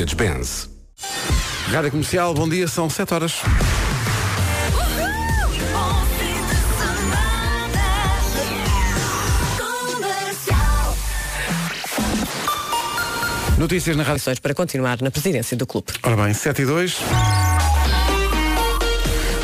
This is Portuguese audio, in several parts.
Mercedes-Benz. Rádio Comercial, bom dia, são 7 horas. Notícias na Rádio. Ações para continuar na presidência do clube. Ora bem, 7 e 2.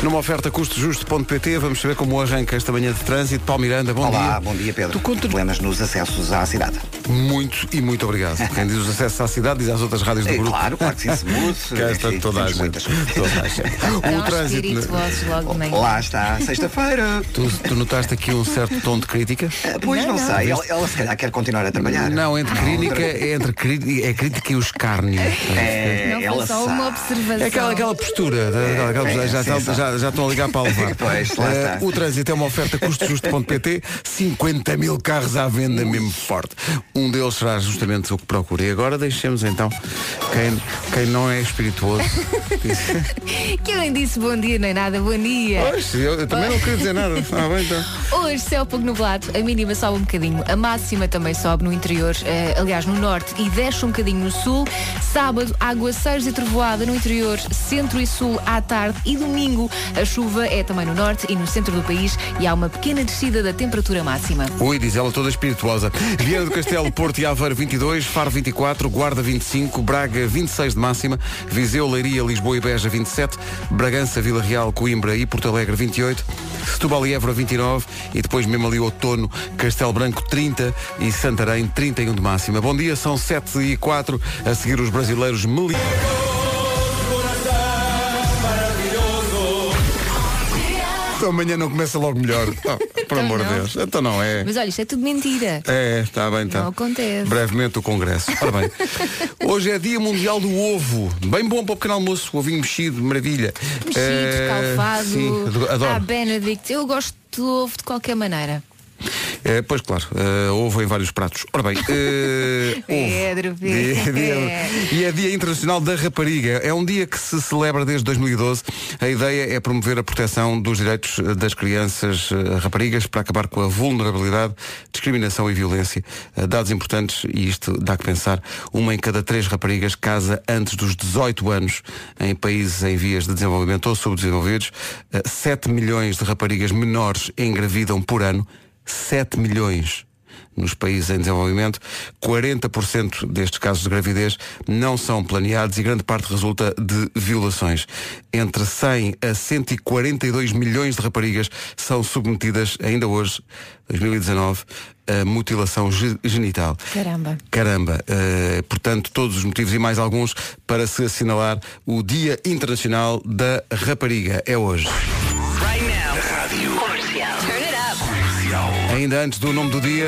Numa oferta custojusto.pt, vamos saber como arranca esta manhã de trânsito. Paulo Miranda, bom Olá, dia. bom dia Pedro. Tu contas Problemas nos acessos à cidade. muito e muito obrigado. Quem diz os acessos à cidade diz às outras rádios do É, grupo. claro, claro que sim, smooth. Cá está enfim, toda a temos gente. muitas. Toda a gente. O Há uns trânsito. né? espirituosos logo de manhã. Lá está, sexta-feira. Tu, tu notaste aqui um certo tom de crítica? Eh, Pois não, sei, ela, ela se calhar quer continuar a trabalhar. Não, entre crítica, é entre cri- é crítica e o escárnio. É, Não foi ela só uma sabe. observação. É aquela, aquela postura, da- da- aquela- é, já, sim, já- sim. já- já estão a ligar para levar. Pois, lá Eh, está. o trânsito é uma oferta custojusto.pt, 50 mil carros à venda mesmo forte. Um deles será justamente o que procura. E agora deixemos então quem, quem não é espirituoso. Que eu nem disse bom dia nem nada, bom dia. Pois, eu, eu também não queria dizer nada. Ah, bem, então. Hoje céu pouco nublado, a mínima sobe um bocadinho, a máxima também sobe no interior, eh, aliás no norte e desce um bocadinho no sul. Sábado, aguaceiros e trovoada no interior, centro e sul à tarde e domingo a chuva é também no norte e no centro do país e há uma pequena descida da temperatura máxima. Ui, diz ela toda espirituosa. Viana do Castelo, Porto e Aveiro 22, Faro 24, Guarda 25, Braga 26 de máxima, Viseu, Leiria, Lisboa e Beja 27, Bragança, Vila Real, Coimbra e Porto Alegre 28, Setúbal e Évora 29 e depois mesmo ali Outono, Castelo Branco 30 e Santarém 31 de máxima. Bom dia, são 7 e 4, a seguir os brasileiros Meli. Então amanhã não começa logo melhor. Ah, por amor de não. Deus. Então não é. Mas olha, isto é tudo mentira. É, está bem, está. Não acontece. Brevemente o Congresso. Ora bem, hoje é Dia Mundial do Ovo. Bem bom para o pequeno almoço, ovinho mexido, maravilha. Mexido, Eh, calfado, Ah, Sim, ado- à adoro. Benedict. Eu gosto de ovo de qualquer maneira. Eh, pois claro, eh, ovo em vários pratos. Ora bem, eh, ovo. Pedro, Dia- Pedro. dia- E é Dia Internacional da Rapariga. É um dia que se celebra desde 2012. A ideia é promover a proteção dos direitos eh, das crianças eh, raparigas para acabar com a vulnerabilidade, discriminação e violência. Eh, Dados importantes, e isto dá que pensar, uma em cada três raparigas casa antes dos 18 anos em países em vias de desenvolvimento ou subdesenvolvidos. 7 milhões de raparigas menores engravidam por ano. 7 milhões nos países em desenvolvimento, 40% destes casos de gravidez não são planeados e grande parte resulta de violações. Entre 100 a 142 milhões de raparigas são submetidas, ainda hoje, 2019, a mutilação ge- genital. Caramba. Caramba. eh, portanto, todos os motivos e mais alguns para se assinalar o Dia Internacional da Rapariga. É hoje. Ainda antes do nome do dia,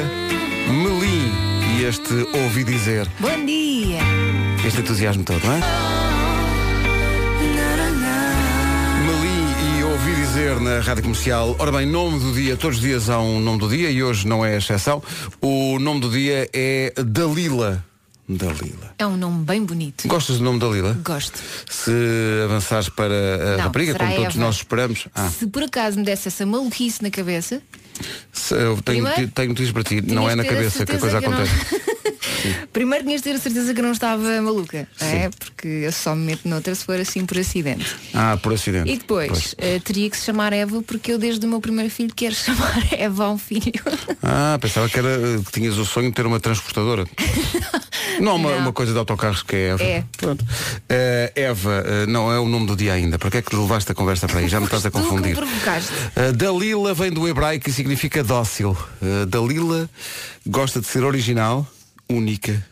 Melim e este ouvi dizer. Bom dia! Este entusiasmo todo, não é? Melim e ouvi dizer na rádio comercial. Ora bem, nome do dia, todos os dias há um nome do dia e hoje não é exceção. O nome do dia é Dalila. Dalila. É um nome bem bonito. Gostas do nome Dalila? Gosto. Se avançares para a Não, rapariga, será como todos Eva. nós esperamos. Ah, Se por acaso me desse essa maluquice na cabeça, se- eu tenho, Primeiro, noti- tenho notícias para ti. Não tinhas é na de ter a cabeça que a coisa certeza acontece. que eu não- Primeiro tinhas de ter a certeza que eu não estava maluca, não é? Porque eu só me meto noutra se for assim por acidente. Ah, por acidente. E Pois. depois, eh, teria que se chamar Eva porque eu desde o meu primeiro filho quero chamar Eva a um filho. Ah, pensava que, era, eh, que tinhas o sonho de ter uma transportadora. Não, uma, Não. uma coisa de autocarros que é Eva. É. Pronto. Eh, Eva, eh, não é o nome do dia ainda. Para que é que levaste a conversa para aí? Já me estás a Foste tu que me confundir. provocaste. Eh, Dalila vem do hebraico e significa dócil. Eh, Dalila gosta de ser original, única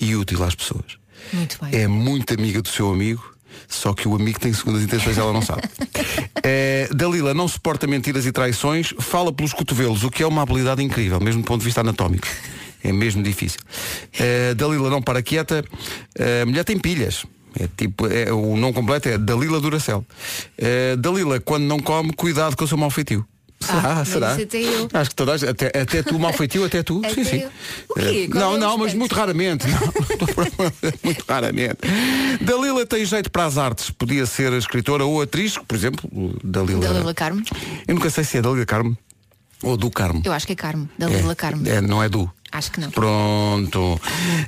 e útil às pessoas. Muito bem. É muito amiga do seu amigo, só que o amigo tem segundas intenções, ela não sabe. É, Dalila não suporta mentiras e traições, fala pelos cotovelos, o que é uma habilidade incrível, mesmo do ponto de vista anatómico. É mesmo difícil. É, Dalila não para quieta, é, a mulher tem pilhas. É tipo, é, o não completo é Dalila Duracel. É, Dalila, quando não come, cuidado com o seu mau feitio. Será? Ah, mas será? isso até eu. Acho que todas, até, até tu, mal feitio, até tu. Até sim, sim. eu. O quê? É, Qual Não, é o não, mas aspecto? muito raramente. Não. muito raramente. Dalila tem jeito para as artes. Podia ser escritora ou atriz, por exemplo, o Dalila. Dalila Carmo? Eu nunca sei se é Dalila Carmo ou do Carmo. Eu acho que é Carmo, da Lila Carmo. É, não é do. Acho que não. Pronto.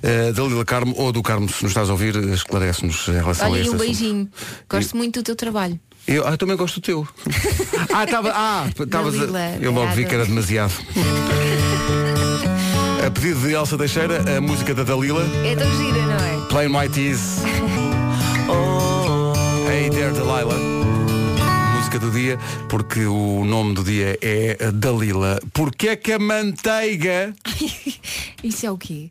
Eh, Dalila Carmo ou do Carmo, se nos estás a ouvir, esclarece-nos em relação a Olha, e este um assunto. beijinho. Gosto muito do teu trabalho. Eu, ah, eu também gosto do teu. ah, estava. Ah, estavas. Dalila, a- Eu logo vi que era demasiado. A pedido de Elsa Teixeira, a música da Dalila. É tão gira, não é? Plain White Tees. Hey there, Delilah. Música do dia, porque o nome do dia é Dalila. Porquê é que a manteiga. Isso é o quê?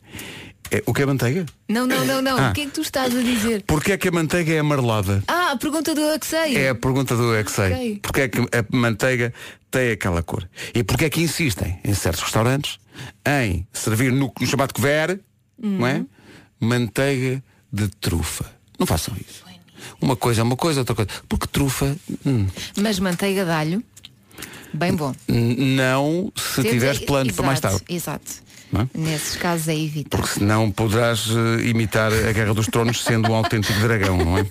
É, o que é manteiga? Não, não, não, não. Ah. O que é que tu estás a dizer? Porquê é que a manteiga é amarelada? Ah, a pergunta do Axei. É a pergunta do Exei. Ok. Porquê é que a manteiga tem aquela cor? E porquê é que insistem em certos restaurantes em servir no, no chamado couvert, não Uhum. é? Manteiga de trufa. Não façam isso. Uma coisa é uma coisa, outra coisa. Porque trufa hum, Mas manteiga de alho, bem bom. n- não se Temos tiveres aí- planos para mais exato, tarde. Exato. Não é? Nesses casos é evitar. Porque senão poderás eh, imitar a Guerra dos Tronos sendo um autêntico dragão, não é?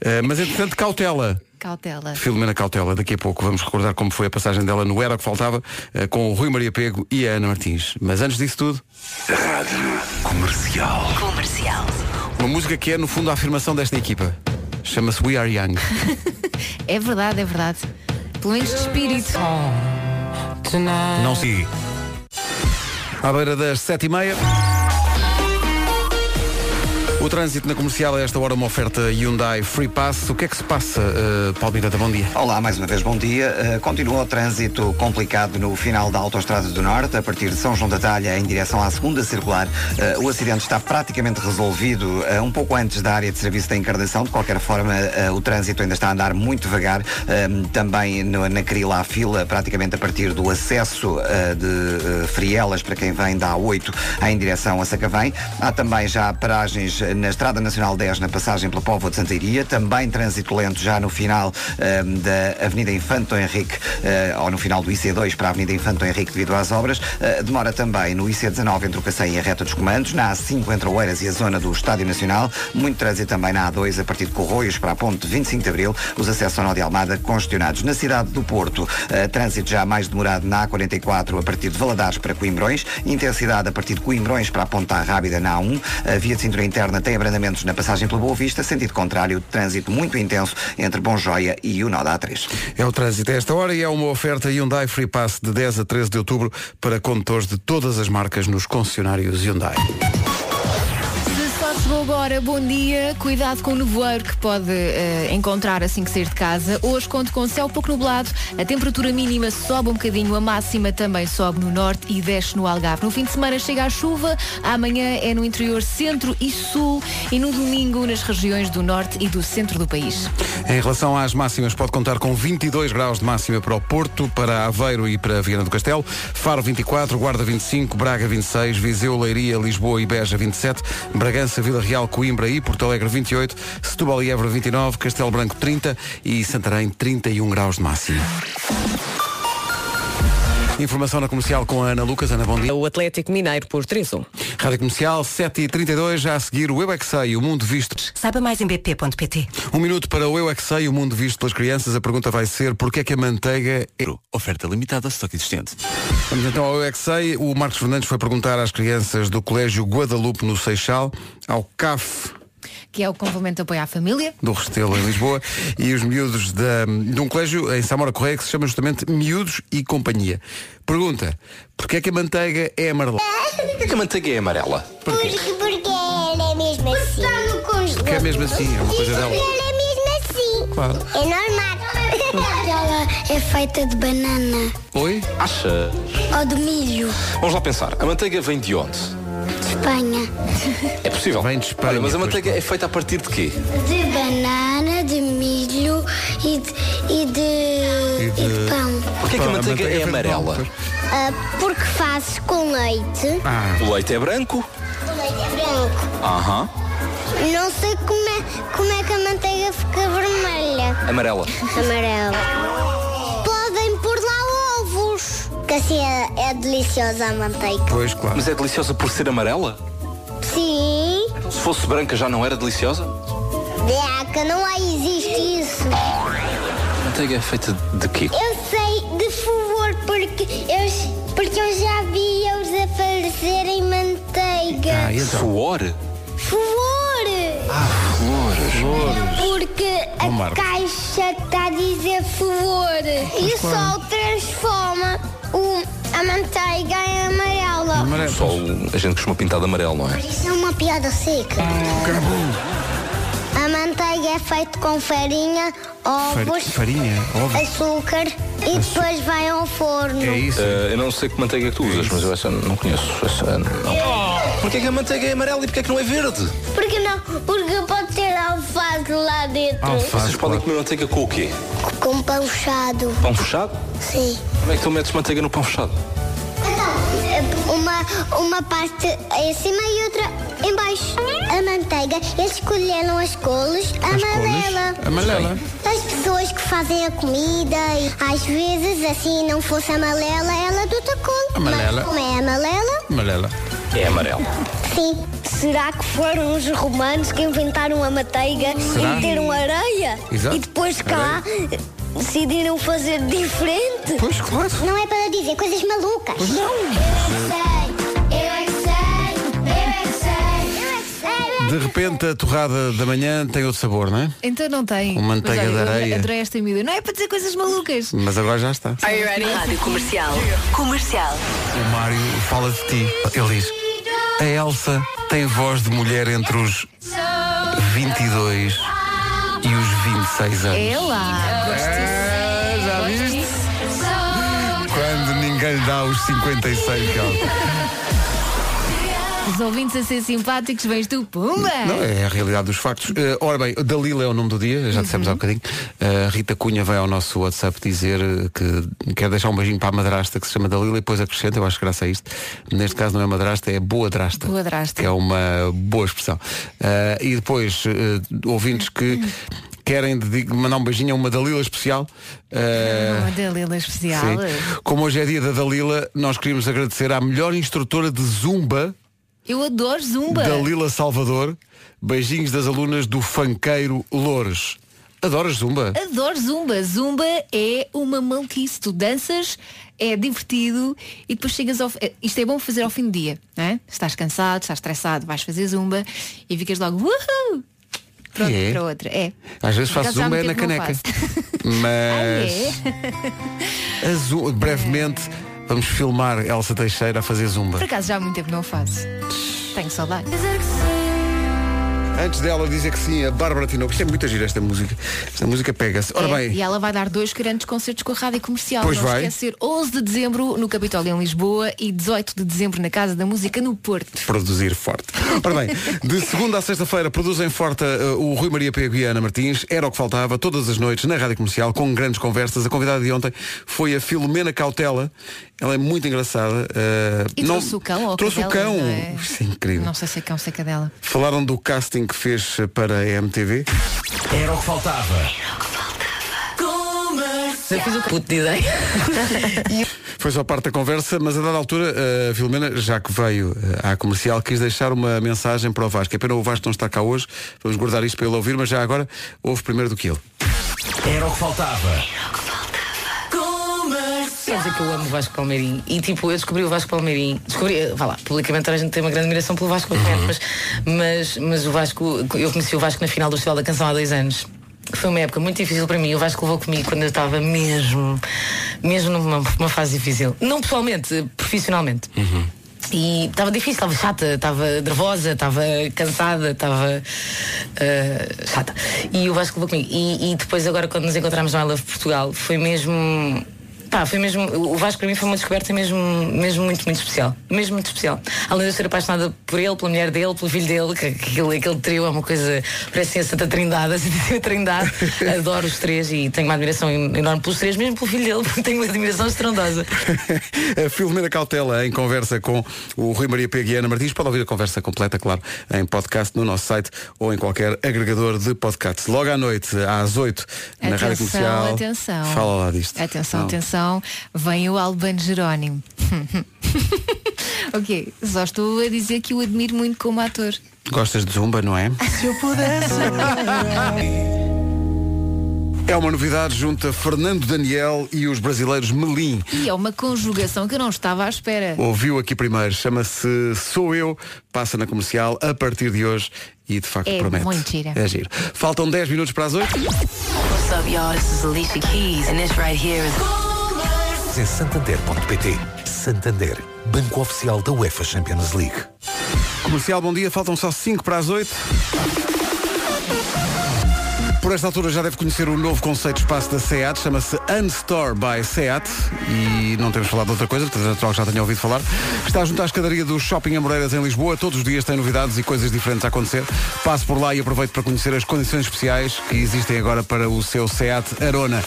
Eh, mas entretanto, cautela. Cautela. Filomena Cautela, daqui a pouco vamos recordar como foi a passagem dela no Era o que Faltava eh, com o Rui Maria Pego e a Ana Martins. Mas antes disso tudo, Comercial. uma música que é no fundo a afirmação desta equipa. Chama-se We Are Young. É verdade, é verdade. Pelo menos de espírito. Não se. À beira das sete e meia. O trânsito na comercial é a esta hora uma oferta Hyundai Free Pass. O que é que se passa, eh, Paulo Miranda? Bom dia. Olá, mais uma vez, bom dia. Eh, continua o trânsito complicado no final da Autostrada do Norte, a partir de São João da Talha, em direção à segunda circular. Eh, o acidente está praticamente resolvido eh, um pouco antes da área de serviço da encarnação. De qualquer forma, eh, o trânsito ainda está a andar muito devagar. Eh, também no- na Crila à fila, praticamente a partir do acesso eh, de eh, Frielas, para quem vem da A8 em direção a Sacavém. Há também já paragens na Estrada Nacional 10, na passagem pela Póvoa de Santa Iria. Também trânsito lento já no final ehm, da Avenida Infanto Henrique, eh, ou no final do IC2 para a Avenida Infanto Henrique devido às obras. Eh, demora também no IC19 entre o Cacém e a Reta dos Comandos, na A5 entre Oeiras e a zona do Estádio Nacional. Muito trânsito também na A2 a partir de Corroios para a Ponte 25 de Abril. Os acessos ao Nó de Almada congestionados. Na cidade do Porto, eh, trânsito já mais demorado na A44 a partir de Valadares para Coimbrões. Intensidade a partir de Coimbrões para a Ponta Rábida na A1. A via de cintura interna tem abrandamentos na passagem pela Boa Vista. Sentido contrário, trânsito muito intenso entre Bonjoia e o Nó da A3. É o trânsito a esta hora e é uma oferta Hyundai Free Pass de 10 a 13 de outubro para condutores de todas as marcas nos concessionários Hyundai. Se só chegou agora, bom dia. Cuidado com o nevoeiro que pode eh, encontrar assim que sair de casa. Hoje conto com céu pouco nublado. A temperatura mínima sobe um bocadinho, a máxima também sobe no norte e desce no Algarve. No fim de semana chega a chuva, amanhã é no interior centro e sul e no domingo nas regiões do norte e do centro do país. Em relação às máximas, pode contar com 22 graus de máxima para o Porto, para Aveiro e para Viana do Castelo, Faro 24, Guarda 25, Braga 26, Viseu, Leiria, Lisboa e Beja 27, Bragança, Vila Real, Coimbra e Porto Alegre 28, Setúbal e Évora 29, Castelo Branco 30 e Santarém 31 graus de máxima. Informação na comercial com a Ana Lucas. Ana, bom dia. É O Atlético Mineiro por 3-1. Rádio Comercial 7h32, já a seguir o Eu É Que Sei, o mundo visto. Saiba mais em bp.pt. Um minuto para o Eu É Que Sei, o mundo visto pelas crianças. A pergunta vai ser, porquê é que a manteiga é... Oferta limitada, estoque existente. Vamos então ao Eu É Que Sei. O Marcos Fernandes foi perguntar às crianças do Colégio Guadalupe, no Seixal, ao CAF Que é o complemento de apoio à família. do Restelo, em Lisboa, e os miúdos da- de um colégio em Samora Correia que se chama justamente Miúdos e Companhia. Pergunta, porquê é que a manteiga é amarela? Porquê que a manteiga é amarela? Porque, porque ela é mesmo assim. Está no congelador. Porque é mesmo assim, é uma coisa dela. Porque ela é mesmo assim. Claro. É normal. ela é feita de banana Oi? Acha? ou de milho. Vamos lá pensar. A manteiga vem de onde? De Espanha. É possível. Vem de Espanha, Olha, mas a pois manteiga é feita a partir de quê? De banana, de milho e de, e de, E de- e de pão. Porquê que a Pá, manteiga, é feita de amarela? pão, Ah, porque fazes com leite. Ah, O leite é branco? O leite é branco. Aham. Não sei como é, como é que a manteiga fica vermelha. Amarela. Amarelo. Podem pôr lá ovos. Que assim é, é deliciosa a manteiga. pois, claro. Mas é deliciosa por ser amarela? Sim. Se fosse branca já não era deliciosa? Beaca, não há existe isso. A manteiga é feita de quê? Eu sei de favor porque eu, porque eu já vi eles a fazerem Flor. Então. Suor? Flor! Flores. Porque a caixa está a dizer flor. E o sol transforma o, a manteiga em amarela. Maré- Só o- a gente costuma pintar de amarelo, não é? Isso é uma piada seca. É. A manteiga é feita com farinha, Far- ovos, farinha, ovo. açúcar e depois vai ao forno. É isso. Eh, eu não sei que manteiga que tu usas, mas eu essa não conheço. Essa, não. Porquê que a manteiga é amarela e porquê que não é verde? Porque não? Porque pode ter alface lá dentro. Vocês podem comer manteiga com o quê? Com pão fechado. Pão fechado? Sim. Como é que tu metes manteiga no pão fechado? Então, eh, Uma, uma parte em cima e outra em baixo. A manteiga, eles escolheram as colas amarela. Amarela. As pessoas que fazem a comida, e às vezes, assim, não fosse amarela, ela do tacol. Amarela. Mas como é amarela, Amarela. É amarelo. Sim. Será que foram os romanos que inventaram a manteiga Será? e meteram areia? Exato. E depois cá eh, decidiram fazer diferente? Pois, claro. Não é para dizer coisas malucas. Não. Eu é que sei, eu é que sei, eu é que sei. De repente a torrada da manhã tem outro sabor, não é? Então não tem. Uma manteiga Mas, de eu areia. Adorei esta miúda. Não é para dizer coisas malucas. Mas agora já está. Rádio Comercial. Comercial. O Mário fala de ti. Ele diz: A Elsa tem voz de mulher entre os 22 e os 26 anos. É lá. É, já viste? Quando ninguém lhe dá os 56 que ela- Os ouvintes a ser simpáticos, vens tu, pumba! Não, é a realidade dos factos. Eh, ora bem, Dalila é o nome do dia, já dissemos há Uhum. bocadinho. Eh, Rita Cunha vem ao nosso WhatsApp dizer eh, que quer deixar um beijinho para a madrasta que se chama Dalila e depois acrescenta, eu acho que graça a isto. Neste caso não é madrasta, é boa drasta. Boa drasta. Que é uma boa expressão. Eh, e depois, eh, ouvintes que querem dedi- mandar um beijinho a uma Dalila especial. eh, Uma Dalila especial. Sim. Como hoje é dia da Dalila, nós queríamos agradecer à melhor instrutora de Zumba, Eu adoro Zumba. Dalila Salvador. Beijinhos das alunas do Fanqueiro Loures. Adoras Zumba? Adoro Zumba. Zumba é uma maluquice. Tu danças, é divertido e depois chegas ao. eh, Isto é bom fazer ao fim do dia, não é? Estás cansado, estás estressado, vais fazer Zumba e ficas logo. Uhul! Pronto, É? para outra. É. Às vezes Por faço acaso há Zumba é na muito tempo caneca. que não faço. Mas Ah, é? a Zu- brevemente vamos filmar Elsa Teixeira a fazer Zumba. Por acaso já há muito tempo não o faço. Tenho saudade. Antes dela dizer que sim, a Bárbara Tinoco. Isto é muito gira esta música. Esta música pega-se. Ora É, E bem, ela vai dar dois grandes concertos com a Rádio Comercial. Pois Não vai. esquecer, 11 de dezembro no Capitólio em Lisboa e 18 de dezembro na Casa da Música no Porto. produzir forte. Ora bem, de segunda a sexta-feira produzem forte uh, o Rui Maria Pego e a Ana Martins. Era o que faltava todas as noites na Rádio Comercial com grandes conversas. A convidada de ontem foi a Filomena Cautela. Ela é muito engraçada. uh, E trouxe o cão ou a Trouxe o cadela, cão. não é? Isso é incrível. Não sei se é cão, se é cadela. Falaram do casting que fez para a MTV. Eu fiz o puto de ideia. Foi só parte da conversa, mas a dada altura, a Filomena, já que veio eh, à comercial, quis deixar uma mensagem para o Vasco. É pena o Vasco não estar cá hoje, vamos guardar isto para ele ouvir, mas já agora ouve primeiro do que ele. Quer dizer que eu amo o Vasco Palmeirim. E tipo, eu descobri o Vasco Palmeirim. Descobri, eh, vá lá, publicamente a gente tem uma grande admiração pelo Vasco, Uhum. mas, mas, mas o Vasco, eu conheci o Vasco na final do Festival da Canção há dois anos. Foi uma época muito difícil para mim. O Vasco levou comigo quando eu estava mesmo, mesmo numa numa fase difícil. Não pessoalmente, eh, profissionalmente. E estava difícil, estava chata, estava nervosa, estava cansada, estava eh, chata. E o Vasco levou comigo. E, e depois agora quando nos encontramos no I Love Portugal, foi mesmo. Pá, foi mesmo. O Vasco para mim foi uma descoberta mesmo, mesmo muito, muito especial. Mesmo muito especial. Além de eu ser apaixonada por ele, pela mulher dele, pelo filho dele, que, que aquele, aquele trio é uma coisa, parece a Santa Trindade, a Santa Trindade. Adoro os três e tenho uma admiração enorme pelos três, mesmo pelo filho dele, tenho uma admiração estrondosa. a Filomena Cautela em conversa com o Rui Maria Pego e a Ana Martins. Pode ouvir a conversa completa, claro, em podcast no nosso site ou em qualquer agregador de podcasts. Logo à noite, às 8, na Rádio Comercial. atenção. Fala lá disto. Atenção, Não. atenção. Vem o Albano Jerónimo. ok, só estou a dizer que o admiro muito como ator. Gostas de zumba, não é? É uma novidade junto a Fernando Daniel e os brasileiros Melim. E é uma conjugação que eu não estava à espera. Ouviu aqui primeiro, chama-se Sou Eu, passa na comercial a partir de hoje e de facto É promete. muito gira. É giro. Faltam 10 minutos para as 8. What's up, y'all? This is Alicia Keys, and this right here is Em santander.pt Santander, banco oficial da UEFA Champions League. Comercial, bom dia, faltam só 5 para as 8. Por esta altura já deve conhecer o novo conceito de espaço da SEAT, chama-se Unstore by SEAT e não temos falado de outra coisa, portanto natural que já tenho ouvido falar. Está junto à escadaria do Shopping Amoreiras em Lisboa, todos os dias tem novidades e coisas diferentes a acontecer. Passe por lá e aproveite para conhecer as condições especiais que existem agora para o seu SEAT Arona.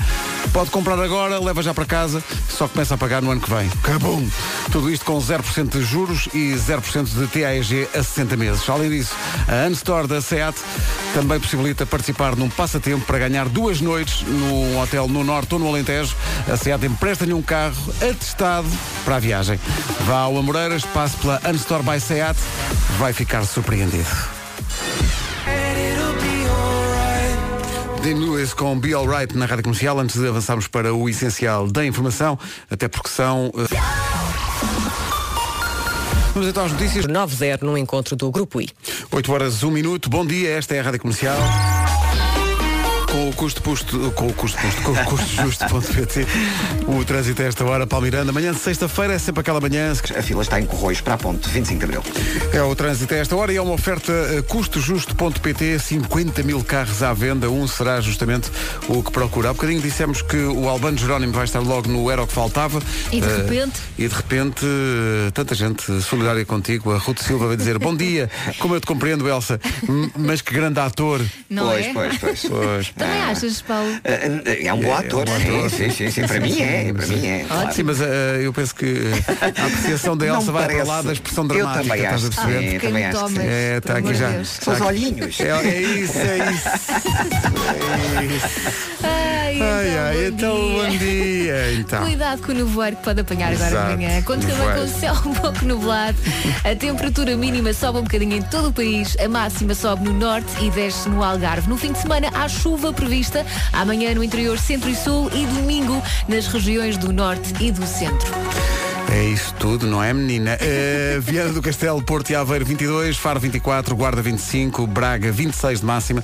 Pode comprar agora, leva já para casa, só começa a pagar no ano que vem. Cabum! Tudo isto com 0% de juros e 0% de TAEG a 60 meses. Além disso, a Unstore da SEAT também possibilita participar num passatempo para ganhar duas noites num hotel no Norte ou no Alentejo. A SEAT empresta-lhe um carro atestado para a viagem. Vá ao Amoreiras, passe pela Unstore by SEAT, vai ficar surpreendido. Dean Lewis com Be Alright na Rádio Comercial, antes de avançarmos para o essencial da informação, até porque são... eh, Vamos então às notícias. 9-0 num encontro do Grupo I. 8 horas, 1 minuto. Bom dia, esta é a Rádio Comercial. Com o custo posto, com o custo posto, com o custo justo.pt. O trânsito a esta hora, Palmiranda. Amanhã de sexta-feira é sempre aquela manhã. A fila está em Corroios para a ponte 25 de Abril. É o trânsito a esta hora e é uma oferta eh, custojusto.pt. 50 mil carros à venda. Um será justamente o que procura. Há bocadinho dissemos que o Albano Jerónimo vai estar logo no Era o que Faltava. E de Eh, repente? E de repente, eh, tanta gente solidária contigo. A Ruth Silva vai dizer: Bom dia, como eu te compreendo, Elsa, m- mas que grande ator. Não pois, é? pois, pois, Pois. Ah. Também achas, Paulo? É, é um bom ator, sim, sim, sim, sim, para mim é, para mim é. claro. Sim, mas eh, eu penso que eh, a apreciação da Não Elsa vai para parece. lá da expressão Eu dramática. também estás a acho que perceber? sim. Eu também Quem acho que sim. tomas, É, está pelo aqui amor já. de Deus. São os Tá aqui. olhinhos. É, é isso, é isso. Ai, Ai, então, ai, bom então bom dia. dia. Então. Cuidado com o nevoeiro que pode apanhar Exato, agora de manhã. Conto também nevoeiro. com o céu um pouco nublado. A temperatura mínima sobe um bocadinho em todo o país. A máxima sobe no norte e desce no Algarve. No fim de semana há chuva prevista. Amanhã no interior centro e sul e domingo nas regiões do norte e do centro. É isso tudo, não é, menina? Eh, Viana do Castelo, Porto e Aveiro 22, Faro 24, Guarda 25, Braga 26 de máxima,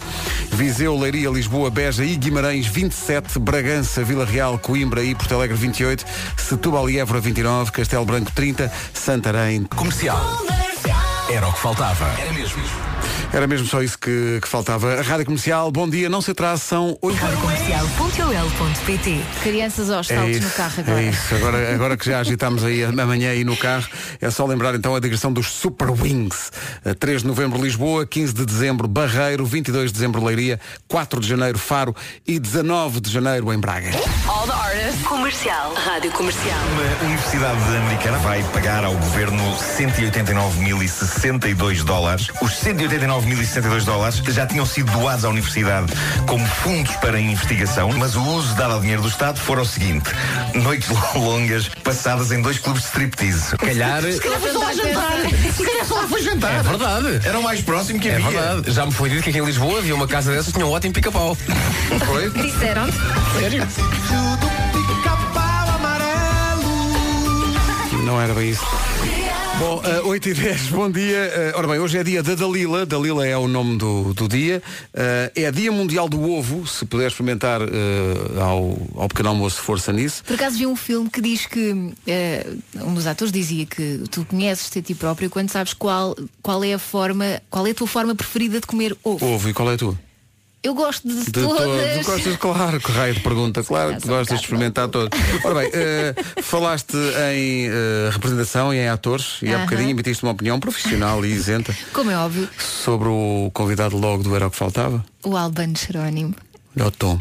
Viseu, Leiria, Lisboa, Beja e Guimarães 27, Bragança, Vila Real, Coimbra e Porto Alegre 28, Setúbal e Évora 29, Castelo Branco 30, Santarém Comercial. Era o que faltava. Era mesmo. Era mesmo só isso que, que faltava. A Rádio Comercial, bom dia, não se atrase, são 8 Comercial.ol.pt Crianças aos saltos no carro agora. É isso, agora, agora que já agitámos aí a- amanhã aí no carro, é só lembrar então a digressão dos Super Wings. A 3 de novembro Lisboa, 15 de dezembro Barreiro, 22 de dezembro Leiria, 4 de janeiro Faro e 19 de janeiro em Braga. All the Artists Comercial. Rádio Comercial. Uma universidade americana vai pagar ao governo 189.062 dólares. Os 189.062 dólares já tinham sido doados à universidade como fundos para a investigação, mas o uso dado ao dinheiro do Estado fora o seguinte: noites longas passadas em dois clubes de striptease. Calhar. É verdade. Era o mais próximo que É havia. verdade. Já me foi dito que aqui em Lisboa havia uma casa dessas que tinha um ótimo pica-pau. Disseram? Não era bem isso. Bom, eh, 8 e 10, bom dia. Eh, ora bem, hoje é dia da Dalila. Dalila é o nome do, do dia. Eh, é dia mundial do ovo, se puder experimentar eh, ao, ao pequeno almoço força nisso. Por acaso vi um filme que diz que eh, um dos atores dizia que tu conheces-te a ti próprio quando sabes qual, qual é a forma, qual é a tua forma preferida de comer ovo. Ovo, e qual é a tua? Eu gosto de, De todas. todos. Gostas, claro, que raio de pergunta. Claro que calhar sou um gostas de experimentar todos. Ora bem, eh, falaste em eh, representação e em atores e há Aham. bocadinho emitiste uma opinião profissional e isenta Como é óbvio, sobre o convidado logo do Era o que Faltava. o Albano Jerónimo. Olha o tom.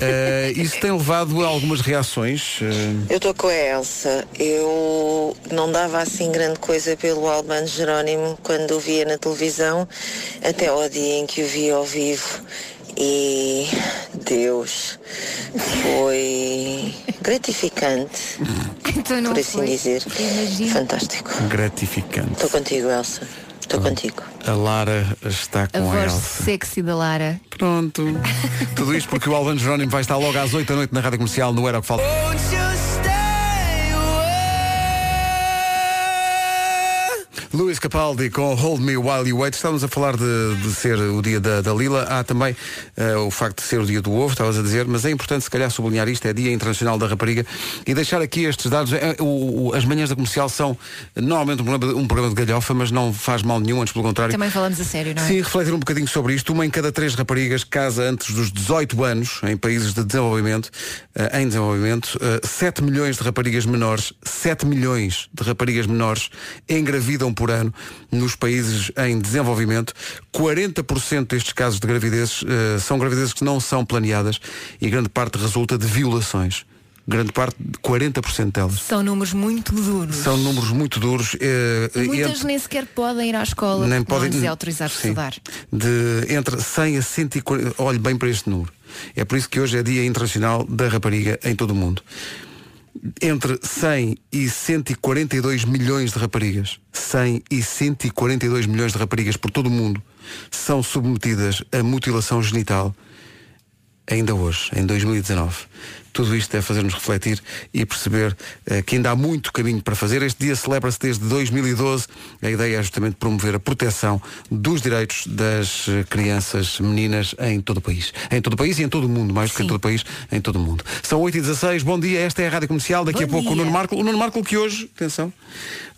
Eh, isso tem levado a algumas reações. eh, Eu estou com a Elsa. Eu não dava assim grande coisa pelo Albano Jerónimo quando o via na televisão, até ao dia em que o vi ao vivo. E Deus, foi gratificante, Então não por assim foi. dizer. Imagino. Fantástico. gratificante. Estou contigo, Elsa. Estou contigo. A Lara está A com a voz Elsa. sexy da Lara. Pronto. Tudo isto porque o Alvano Jerónimo vai estar logo às 8 da noite na Rádio Comercial no Era o que Falta. Luís Capaldi com Hold Me While You Wait. Estávamos a falar de, de ser o dia da, da Lila. Há também eh, o facto de ser o dia do ovo, estavas a dizer, mas é importante se calhar sublinhar isto, é Dia Internacional da Rapariga, e deixar aqui estes dados. Eh, o- o- as manhãs da comercial são normalmente um programa, de, um programa de galhofa, mas não faz mal nenhum, antes pelo contrário. Também falamos a sério, não é? Sim, refletir um bocadinho sobre isto. Uma em cada três raparigas casa antes dos 18 anos em países de desenvolvimento, eh, em desenvolvimento. Eh, 7 milhões de raparigas menores, 7 milhões de raparigas menores engravidam por ano nos países em desenvolvimento. 40% destes casos de gravidezes eh, são gravidezes que não são planeadas e grande parte resulta de violações. Grande parte, 40% delas. São números muito duros. São números muito duros. eh, eh, Muitas entre- nem sequer podem ir à escola. Nem porque podem- Não lhes é autorizado Sim. estudar. de entre 100 a 140. Olhe bem para este número. É por isso que hoje é Dia Internacional da Rapariga em todo o mundo. Entre 100 e 142 milhões de raparigas, 100 e 142 milhões de raparigas por todo o mundo são submetidas a mutilação genital ainda hoje, em 2019. Tudo isto deve fazer-nos refletir e perceber eh, que ainda há muito caminho para fazer. Este dia celebra-se desde 2012. A ideia é justamente promover a proteção dos direitos das eh, crianças meninas em todo o país. Em todo o país e em todo o mundo, mais do que em todo o país, em todo o mundo. São 8 e 16 bom dia, esta é a Rádio Comercial. Daqui a Bom pouco o dia. Nuno Marco, o Nuno Marco que hoje, atenção,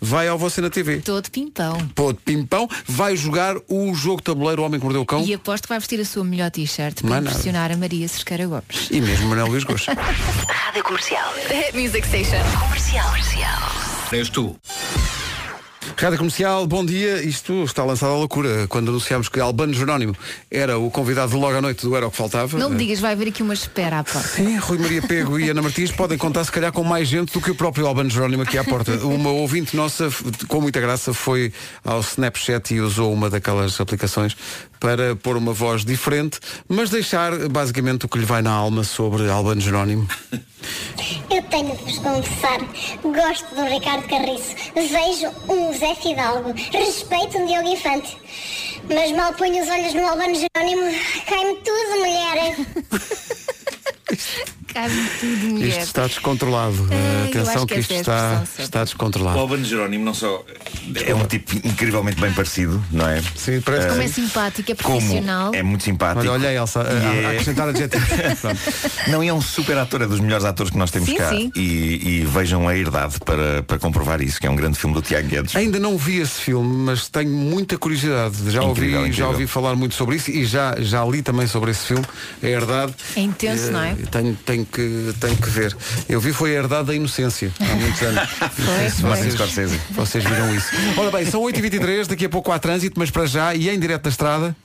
vai ao Você na TV. Todo pimpão. Pô de pimpão, vai jogar o jogo de tabuleiro O Homem que Mordeu o Cão E aposto que vai vestir a sua melhor t-shirt Não para é Então- nada. impressionar a Maria Cerqueira Gomes. e mesmo Manuel Luís Gosta. Rádio Comercial. The Hit Music Station. Comercial. Comercial. És tu. Rádio Comercial, bom dia. Isto está lançado à loucura. Quando anunciámos que Albano Jerónimo era o convidado de logo à noite do Era o que Faltava. Não me digas, vai haver aqui uma espera à porta. Sim, Rui Maria Pego e Ana Martins podem contar se calhar com mais gente do que o próprio Albano Jerónimo aqui à porta. Uma ouvinte nossa, f- com muita graça, foi ao Snapchat e usou uma daquelas aplicações para pôr uma voz diferente, mas deixar basicamente o que lhe vai na alma sobre Albano Jerónimo. Eu tenho de vos confessar, gosto do Ricardo Carriço, vejo um Zé Fidalgo, respeito um Diogo Infante, mas mal ponho os olhos no Albano Jerónimo, cai-me tudo, mulher. Cai-me tudo, Isto mulher. está descontrolado. eu acho Atenção que que, essa isto é a está, expressão certa. está O descontrolado. Albano Jerónimo não só é um tipo incrivelmente bem parecido, não é? Sim, Mas como é simpático, é profissional. Como é muito simpático. Olha, olha aí, Elsa, E a, a é- acrescentar adjetivos. Pronto. Não, e é um super ator, é dos melhores atores que nós temos Sim, cá. sim. E, e vejam a herdade para, para comprovar isso, que é um grande filme do Tiago Guedes. Ainda não vi esse filme, mas tenho muita curiosidade. Já, ouvi, Incrível, já incrível. ouvi falar muito sobre isso e já, já li também sobre esse filme, A Herdade. É intenso, Eh, não é? Tenho, tenho, que, tenho que ver. Eu vi foi A Herdade da Inocência, há muitos anos. Não sei se Martin vocês- Scorsese. Vocês viram isso. Ora bem, são 8h23, daqui a pouco há trânsito, mas para já e em direto da estrada.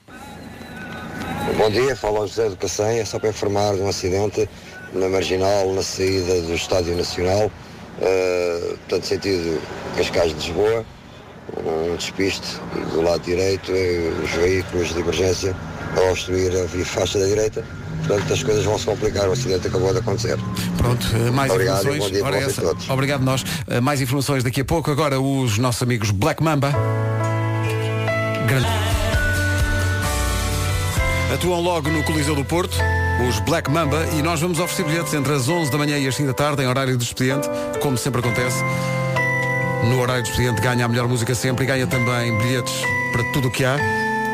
Bom dia, fala o José do Cassanha, só para informar de um acidente na Marginal, na saída do Estádio Nacional, eh, portanto sentido Cascais de Lisboa, um despiste e do lado direito, eh, os veículos de emergência a obstruir a via faixa da direita, portanto as coisas vão se complicar, o acidente acabou de acontecer. Pronto, eh, mais Obrigado e bom informações. dia para Ora, vocês essa- todos. Obrigado nós. Eh, Mais informações daqui a pouco. Agora os nossos amigos Black Mamba. Grande. Atuam logo no Coliseu do Porto, os Black Mamba, e nós vamos oferecer bilhetes entre as 11 da manhã e as 5 da tarde, em horário de expediente, como sempre acontece. No horário de expediente ganha a melhor música sempre e ganha também bilhetes para tudo o que há.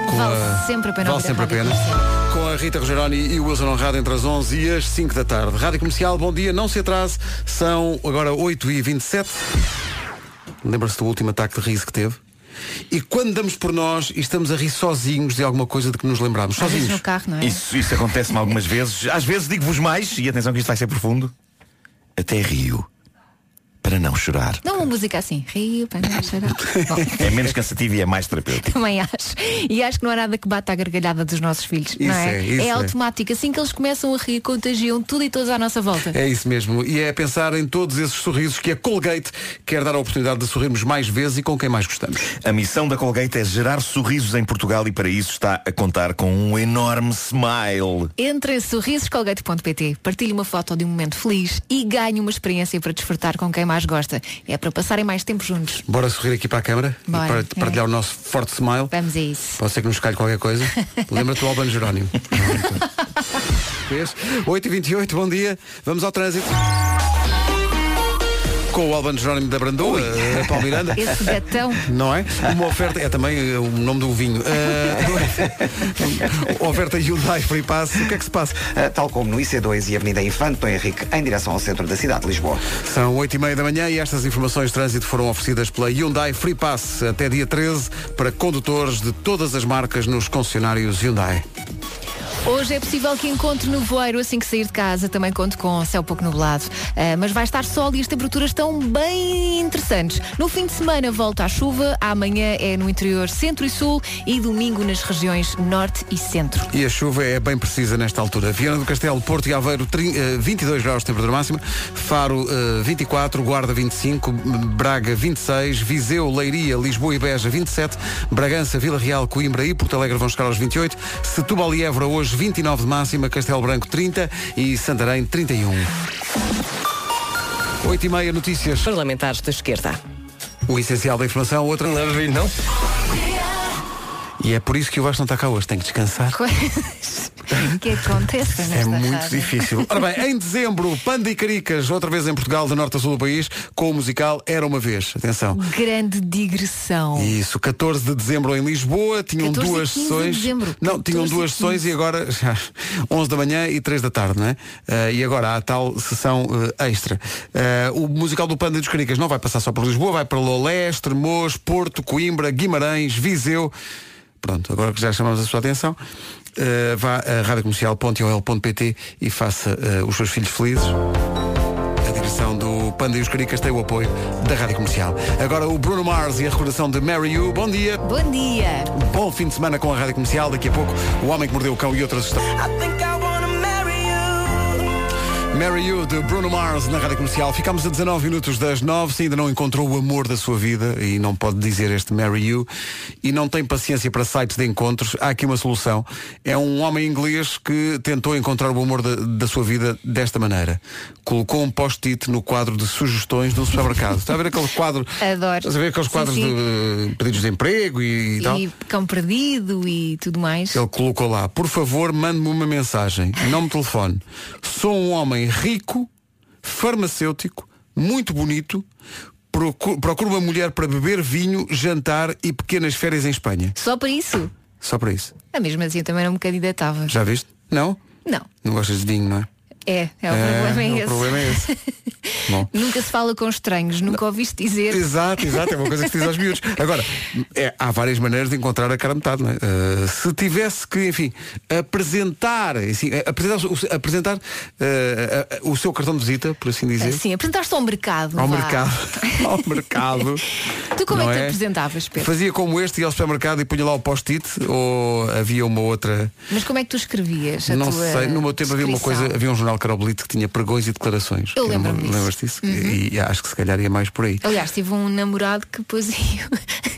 com Vale sempre a pena Vale ouvir a sempre a Rádio pena. Com a Rita Rogeroni e o Wilson Honrado entre as 11 e as 5 da tarde. Rádio Comercial, bom dia, não se atrase. São agora 8h27. Lembra-se do último ataque de riso que teve? E quando damos por nós e estamos a rir sozinhos de alguma coisa de que nos lembramos. Às vezes Sozinhos. no carro, não é? Isso, isso acontece-me algumas vezes. Às vezes digo-vos mais, e atenção que isto vai ser profundo. Até rio para não chorar. Não uma música assim. Rio, para não chorar. Bom, É menos cansativo e é mais terapêutico. Também acho. E acho que não há nada que bata a gargalhada dos nossos filhos, Isso não é? é, isso é. automático. Assim que eles começam a rir, contagiam tudo e todos à nossa volta. É isso mesmo. E é pensar em todos esses sorrisos que a Colgate quer dar a oportunidade de sorrirmos mais vezes e com quem mais gostamos. A missão da Colgate é gerar sorrisos em Portugal e para isso está a contar com um enorme smile. Entre em sorrisoscolgate.pt, partilhe uma foto de um momento feliz e ganhe uma experiência para desfrutar com quem mais gosta. É para passarem mais tempo juntos. Bora sorrir aqui para a câmara e Bora, para, é. para dar o nosso forte smile. Vamos a isso. Pode ser que nos calhe qualquer coisa. Lembra-te do Albano Jerónimo. 8h28, bom dia. Vamos ao trânsito. Com o Albano Jerónimo da Brandoa, eh, Paulo Miranda. Esse gatão. Não é? Uma oferta, é também eh, o nome do vinho. Eh, oferta Hyundai Free Pass, o que é que se passa? Eh, tal como no IC2 e Avenida Infante, Dom Henrique, em direção ao centro da cidade de Lisboa. São 8 e meia da manhã e estas informações de trânsito foram oferecidas pela Hyundai Free Pass até dia 13 para condutores de todas as marcas nos concessionários Hyundai. Hoje é possível que encontre nevoeiro assim que sair de casa. Também conto com céu pouco nublado. Ah, mas vai estar sol e as temperaturas estão bem interessantes. No fim de semana volta a chuva. Amanhã é no interior centro e sul. E domingo nas regiões norte e centro. E a chuva é bem precisa nesta altura. Viana do Castelo, Porto e Aveiro, trin- eh, 22 graus de temperatura máxima. Faro, eh, 24. Guarda, 25. Braga, 26. Viseu, Leiria, Lisboa e Beja, 27. Bragança, Vila Real, Coimbra e Porto Alegre vão chegar aos 28. Setúbal e Évora, hoje, 29 de máxima. Castelo Branco, 30. E Santarém, 31. 8 e meia, notícias. Parlamentares da esquerda. O essencial da informação, outra... Não. E é por isso que o Vasco não está cá hoje. Tem que descansar. Coisas que acontecem É nesta muito rádio. difícil. Ora bem, em dezembro, Panda e Caricas, outra vez em Portugal, do norte a sul do país, com o musical Era Uma Vez. Atenção. Grande digressão. Isso, 14 de dezembro em Lisboa, tinham 14 e duas 15 de sessões. dezembro. Não, tinham 14 e duas 15. sessões e agora já, 11 da manhã e 3 da tarde, não é? Ah, e agora há a tal sessão eh, extra. Ah, o musical do Panda e dos Caricas não vai passar só por Lisboa, vai para Lolé, Estremoz, Porto, Coimbra, Guimarães, Viseu. Pronto, agora que já chamamos a sua atenção, ah, vá a radiocomercial.ol.pt e faça ah, os seus filhos felizes. A direção do Panda e os Caricas tem o apoio da Rádio Comercial. Agora o Bruno Mars e a recordação de Mary You. Bom dia. Bom dia. Um Bom fim de semana com a Rádio Comercial. Daqui a pouco, o Homem que Mordeu o Cão e outras histórias. Mary You, de Bruno Mars, na Rádio Comercial. Ficamos a 19 minutos das 9. Se ainda não encontrou o amor da sua vida, e não pode dizer este Mary You, e não tem paciência para sites de encontros, há aqui uma solução. É um homem inglês que tentou encontrar o amor da, da sua vida desta maneira. Colocou um post-it no quadro de sugestões de um supermercado. Está a ver aquele quadro... Adoro. Estás a ver aqueles Sim, quadros sim. de eh, pedidos de emprego e, tal? E cão perdido e tudo mais. Ele colocou lá, por favor, mande-me uma mensagem, não me telefone. Sou um homem rico, farmacêutico, muito bonito, procu- procuro uma mulher para beber vinho, jantar e pequenas férias em Espanha. Só para isso? Só para isso. A mesma assim eu também não me candidatava. Já viste? Não? Não. Não gostas de vinho, não é? É, é o problema é o esse. problema é esse. Bom. Nunca se fala com estranhos, nunca ouviste dizer. Exato, exato, é uma coisa que se diz aos miúdos. Agora, é, há várias maneiras de encontrar a cara metade, não é? Uh, se tivesse que, enfim, apresentar, assim, eh, apresentar, o- apresentar uh, uh, uh, o seu cartão de visita, por assim dizer, Sim, apresentaste ao mercado. ao vá. mercado. ao mercado. Tu como não é que te apresentavas, Pedro? Fazia como este, ia ao supermercado e punha lá o post-it, ou havia uma outra. Mas como é que tu escrevias? A Não tua sei, no meu tempo havia uma descrição? coisa, havia um jornal Carolito que tinha pregões e declarações. Eu Que era uma- lembro-me disso. Uhum. Lembras disso? E, e acho que se calhar ia mais por aí. Aliás, tive um namorado que pôs aí-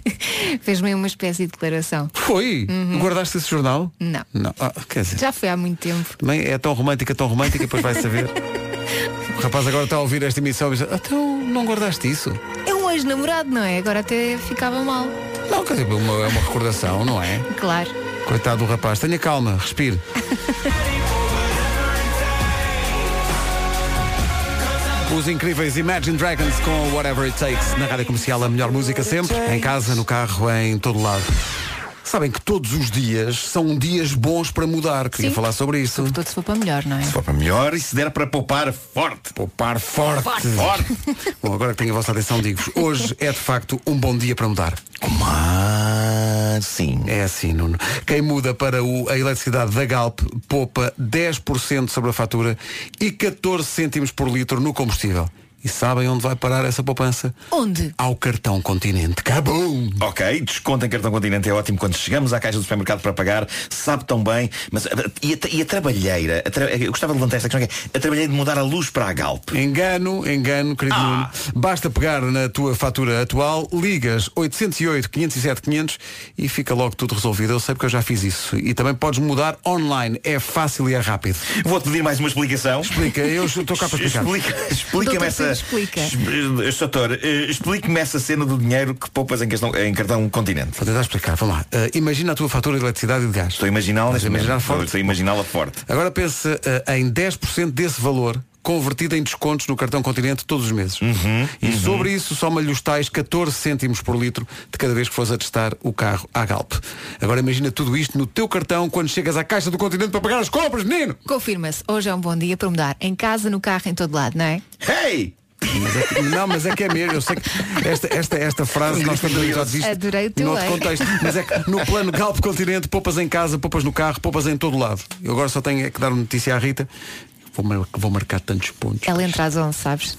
fez-me uma espécie de declaração. Foi? Uhum. Guardaste esse jornal? Não. Não, ah, quer dizer, Já foi há muito tempo. também é tão romântica, tão romântica, depois vai saber. o rapaz agora está a ouvir esta emissão e diz, então não guardaste isso? É um ex-namorado, não é? Agora até ficava mal. Não, quer dizer, uma- é uma recordação, não é? Claro. Coitado do rapaz, tenha calma, respire. Os incríveis Imagine Dragons com Whatever It Takes na rádio comercial, a melhor música sempre, em casa, no carro, em todo lado. Sabem que todos os dias são dias bons para mudar. Queria Sim. falar sobre isso. Sobretudo se for para melhor, não é? Se for para melhor e se der para poupar forte. Poupar forte. Forte. Bom, agora que tenho a vossa atenção, digo-vos, hoje é de facto um bom dia para mudar. Como assim? É assim, Nuno. Quem muda para o- a eletricidade da Galp poupa 10% sobre a fatura e 14 cêntimos por litro no combustível. E sabem onde vai parar essa poupança? Onde? Ao cartão continente. Cabum! Ok, desconto em cartão continente é ótimo quando chegamos à caixa do supermercado para pagar, sabe tão bem, mas eh, e a, tra- e a trabalheira? A tra- eu gostava de levantar esta questão que é, a trabalheira de mudar a luz para a Galp. Engano, engano, querido Nuno. Basta pegar na tua fatura atual, ligas 808-507-500 e fica logo tudo resolvido. Eu sei porque eu já fiz isso. E também podes mudar online. É fácil e é rápido. Vou-te pedir mais uma explicação. Explica, eu estou cá para explicar. Explica- Explica-me Doutor essa, explica. es- Soutor, eh, explique-me essa cena do dinheiro que poupas em, questão- em cartão continente. Vou tentar explicar, vamos lá. Eh, imagina a tua fatura de eletricidade e de gás. Estou a imaginá-la Estou a imaginar Estou- forte. Estou a imaginá-la forte. Agora pensa eh, em 10% desse valor convertido em descontos no cartão Continente todos os meses. e uhum. sobre isso soma-lhe os tais 14 cêntimos por litro de cada vez que fores a testar o carro à Galp. Agora imagina tudo isto no teu cartão quando chegas à Caixa do Continente para pagar as compras, menino! Confirma-se, hoje é um bom dia para mudar. Em casa, no carro, em todo lado, não é? Hey! Mas é que- não, mas é que é mesmo. Eu sei que esta, esta, esta frase nós estamos habituados a isto Adorei o teu noutro ar. contexto. Mas é que no plano Galp Continente, poupas em casa, poupas no carro, poupas em todo lado. Eu agora só tenho é que dar uma notícia à Rita. Vou, mar- vou marcar tantos pontos. Ela entra às 11, sabes?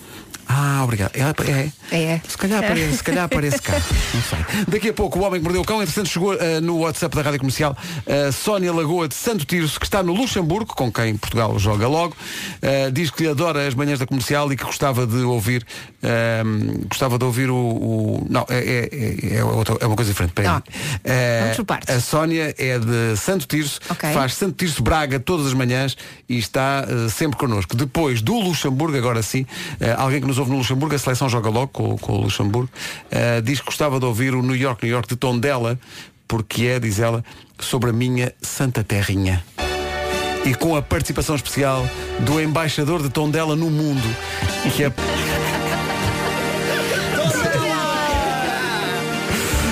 Ah, obrigado. Ela é. É. Se calhar aparece, se calhar aparece cá. Não sei. Daqui a pouco o Homem que Mordeu o Cão, entretanto chegou eh, no WhatsApp da Rádio Comercial a Sónia Lagoa de Santo Tirso, que está no Luxemburgo, com quem Portugal joga logo. Eh, diz que adora as manhãs da comercial e que gostava de ouvir. eh, gostava de ouvir o. o- Não, é, é, é- é outra- é uma coisa diferente. Peraí. Ah. Eh, Vamos por partes. a Sónia é de Santo Tirso, Ok. faz Santo Tirso Braga todas as manhãs e está eh, sempre connosco. Depois do Luxemburgo, agora sim, eh, alguém que nos ouve no Luxemburgo, a seleção joga logo com, com o Luxemburgo, eh, diz que gostava de ouvir o New York, New York de Tondela, porque é, diz ela, sobre a minha Santa Terrinha. E com a participação especial do embaixador de Tondela no mundo, que é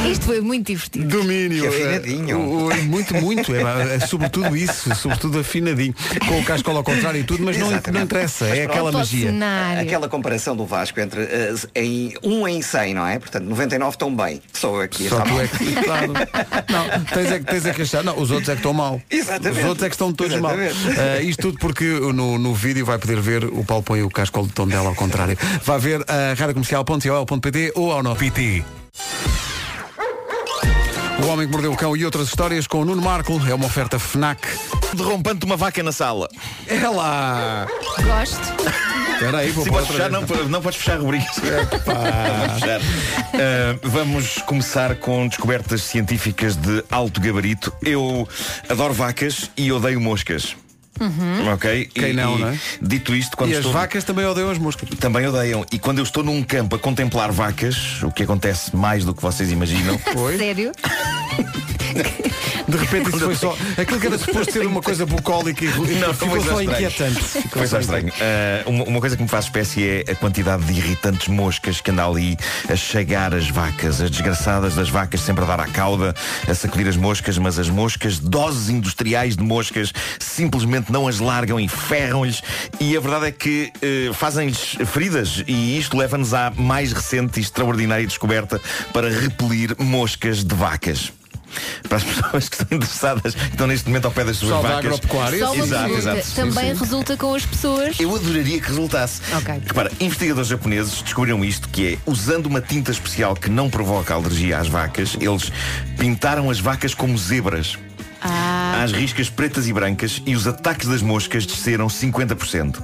Isto foi muito divertido. Domínio. Que afinadinho. muito, muito. É, é, é sobretudo isso, sobretudo afinadinho. Com o cascola ao contrário e tudo, mas não, não interessa. Mas é pronto. aquela magia. Aquela comparação do Vasco entre eh, em um em 100, não é? Portanto, 99 estão bem. Só eu aqui. Só está tu mal. é que, claro. Não, tens é, que- tens é que achar. Não, os outros é que estão mal. Exatamente. Os outros é que estão todos mal. Exatamente. Ah, isto tudo porque no, no vídeo vai poder ver o Paulo põe o cascola de tom dela ao contrário. Vai ver a radiocomercial.col.pt ou ao nosso PT. O Homem que Mordeu o Cão e outras histórias com o Nuno Marco é uma oferta FNAC. Derrompante uma vaca na sala. É lá! Gosto. Espera aí, vou Sim, pôr podes outra fechar, não, vez, então. É, não podes fechar rubricas. Vamos fechar. Uh, vamos começar com descobertas científicas de alto gabarito. Eu adoro vacas e odeio moscas. Ok? Uhum. Quem E- não, e não é? Dito isto, quando E as estou... vacas também odeiam as moscas. Também odeiam. E quando eu estou num campo a contemplar vacas, o que acontece mais do que vocês imaginam. Sério? De repente isso foi só. Aquilo que era suposto ser uma coisa bucólica e não, ficou foi só estranho. inquietante. Foi só estranho. Ah, uma, uma coisa que me faz espécie é a quantidade de irritantes moscas que anda ali a chagar as vacas, as desgraçadas das vacas sempre a dar à cauda, a sacudir as moscas, mas as moscas, doses industriais de moscas, simplesmente não as largam e ferram-lhes. E a verdade é que eh, fazem-lhes feridas e isto leva-nos à mais recente e extraordinária descoberta para repelir moscas de vacas. Para as pessoas que estão interessadas, que estão neste momento ao pé das suas Pessoal da vacas. agropecuária. Só uma Exato, pergunta. exato. Sim, Também sim. É resulta com as pessoas. Eu adoraria que resultasse. Ok. Repara, investigadores japoneses descobriram isto, que é, usando uma tinta especial que não provoca alergia às vacas, eles pintaram as vacas como zebras. Ah, Às riscas pretas e brancas e os ataques das moscas desceram 50%.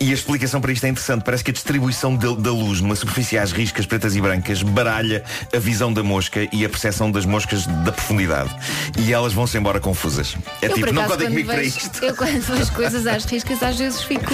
E a explicação para isto é interessante. Parece que a distribuição da- da luz numa superfície às riscas pretas e brancas baralha a visão da mosca e a percepção das moscas da profundidade. E elas vão-se embora confusas. É eu, tipo, não quando podem comigo para vejo- isto. eu quando vejo coisas às riscas, às vezes fico.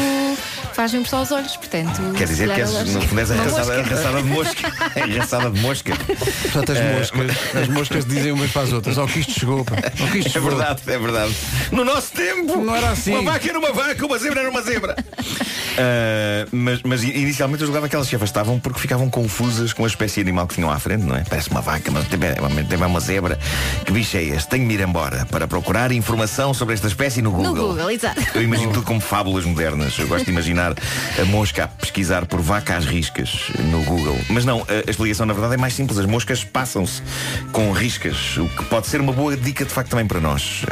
faz-me só os olhos, portanto. Quer dizer que és, no fundo és é arrasada, arrasada de mosca. Arrasada de mosca. Portanto, as Eh, moscas, as moscas dizem umas para as outras. Ao que isto chegou, pá. Ao que isto É chegou. verdade, é verdade. No nosso tempo! Não era assim. Uma vaca era uma vaca, uma zebra era uma zebra. Ah, mas, mas inicialmente eu julgava que elas se afastavam porque ficavam confusas com a espécie de animal que tinham à frente, não é? Parece uma vaca, mas também é uma, também é uma zebra. Que bicho é este? Tenho de ir embora para procurar informação sobre esta espécie no No Google. Google, exato. Eu imagino tudo como fábulas modernas. Eu gosto de imaginar a mosca a pesquisar por vaca às riscas no Google. Mas não, a a explicação na verdade é mais simples. As moscas passam-se com riscas, o que pode ser uma boa dica de facto também para nós.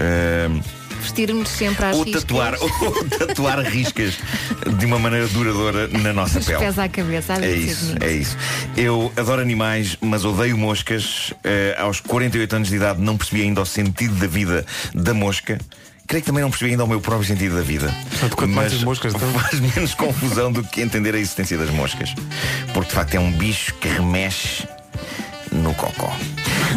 Ahm, Vestir-me sempre às ou riscas. tatuar, ou tatuar riscas de uma maneira duradoura na nossa Mas pele. pesa a cabeça, há de É ser isso, bonito. é isso. Eu adoro animais, mas odeio moscas. Eh, aos 48 anos de idade não percebi ainda o sentido da vida da mosca. Creio que também não percebi ainda o meu próprio sentido da vida. Portanto, quanto mais Mas as moscas então? estão- faz menos confusão do que entender a existência das moscas. Porque de facto é um bicho que remexe no cocó.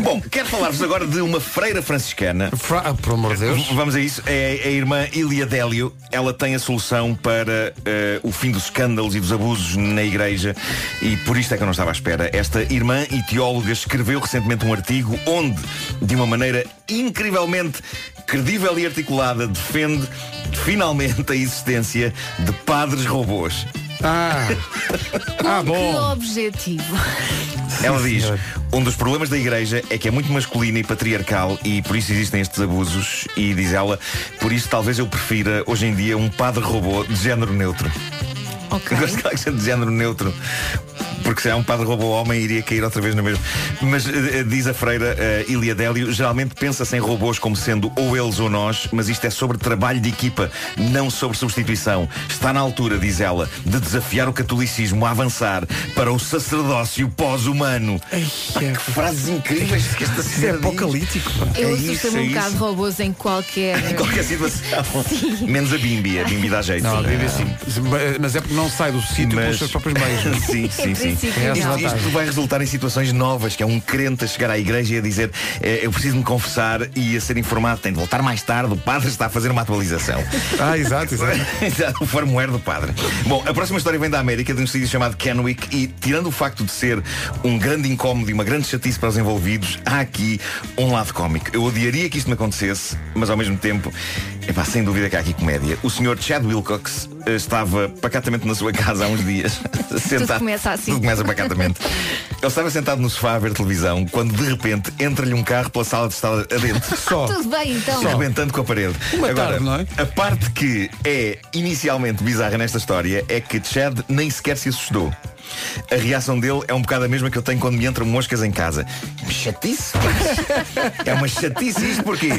Bom, quero falar-vos agora de uma freira franciscana. Fra Ah, por amor de Deus. Vamos a isso. É a irmã Ilia Délio. Ela tem a solução para eh, o fim dos escândalos e dos abusos na igreja. E por isto é que eu não estava à espera. Esta irmã e teóloga escreveu recentemente um artigo onde, de uma maneira incrivelmente credível e articulada, defende finalmente a existência de padres robôs. Ah, ah bom. Que objetivo. Ela diz, um dos problemas da igreja é que é muito masculina e patriarcal e por isso existem estes abusos e diz ela, por isso talvez eu prefira hoje em dia um padre robô de género neutro. Eu Gosto que ela seja de género neutro. Porque se é um padre robô homem iria cair outra vez no mesmo. Mas eh, eh, diz a freira eh, Ilia Délio, geralmente pensa-se em robôs como sendo ou eles ou nós, mas isto é sobre trabalho de equipa, não sobre substituição. Está na altura, diz ela, de desafiar o catolicismo a avançar para o sacerdócio pós-humano. é Que frases incríveis que esta Isso é apocalíptico. pá. Eu É assusto-me isso, é um bocado isso. robôs em qualquer. Em qualquer situação. Menos a Bimbi, a Bimbi dá jeito. Não, Sim. diria assim. Mas é porque não sai do sítio pelos seus próprios meios. sim, sim, sim. É essa a Isto, vantagem. isto vai resultar em situações novas, que é um crente a chegar à igreja e a dizer "Eh, eu preciso me confessar e a ser informado, tem de voltar mais tarde, o padre está a fazer uma atualização. Ah, exato, exato. Exato, o firmware do padre. Bom, a próxima história vem da América, de um sítio chamado Kenwick e, tirando o facto de ser um grande incómodo e uma grande chatice para os envolvidos, há aqui um lado cómico. Eu odiaria que isto me acontecesse, mas ao mesmo tempo, epá, sem dúvida que há aqui comédia. O senhor Chad Wilcox eh, estava pacatamente na sua casa há uns dias, sentado. começa assim. Tudo começa pacatamente. Ele estava sentado no sofá a ver televisão quando de repente entra-lhe um carro pela sala de estar adentro. Só. Tudo bem então. Só arrebentando com a parede. Uma Agora, tarde, não é? a parte que é inicialmente bizarra nesta história é que Chad nem sequer se assustou. A reação dele é um bocado a mesma que eu tenho quando me entram moscas em casa. Chatice? É uma chatice isto porquê?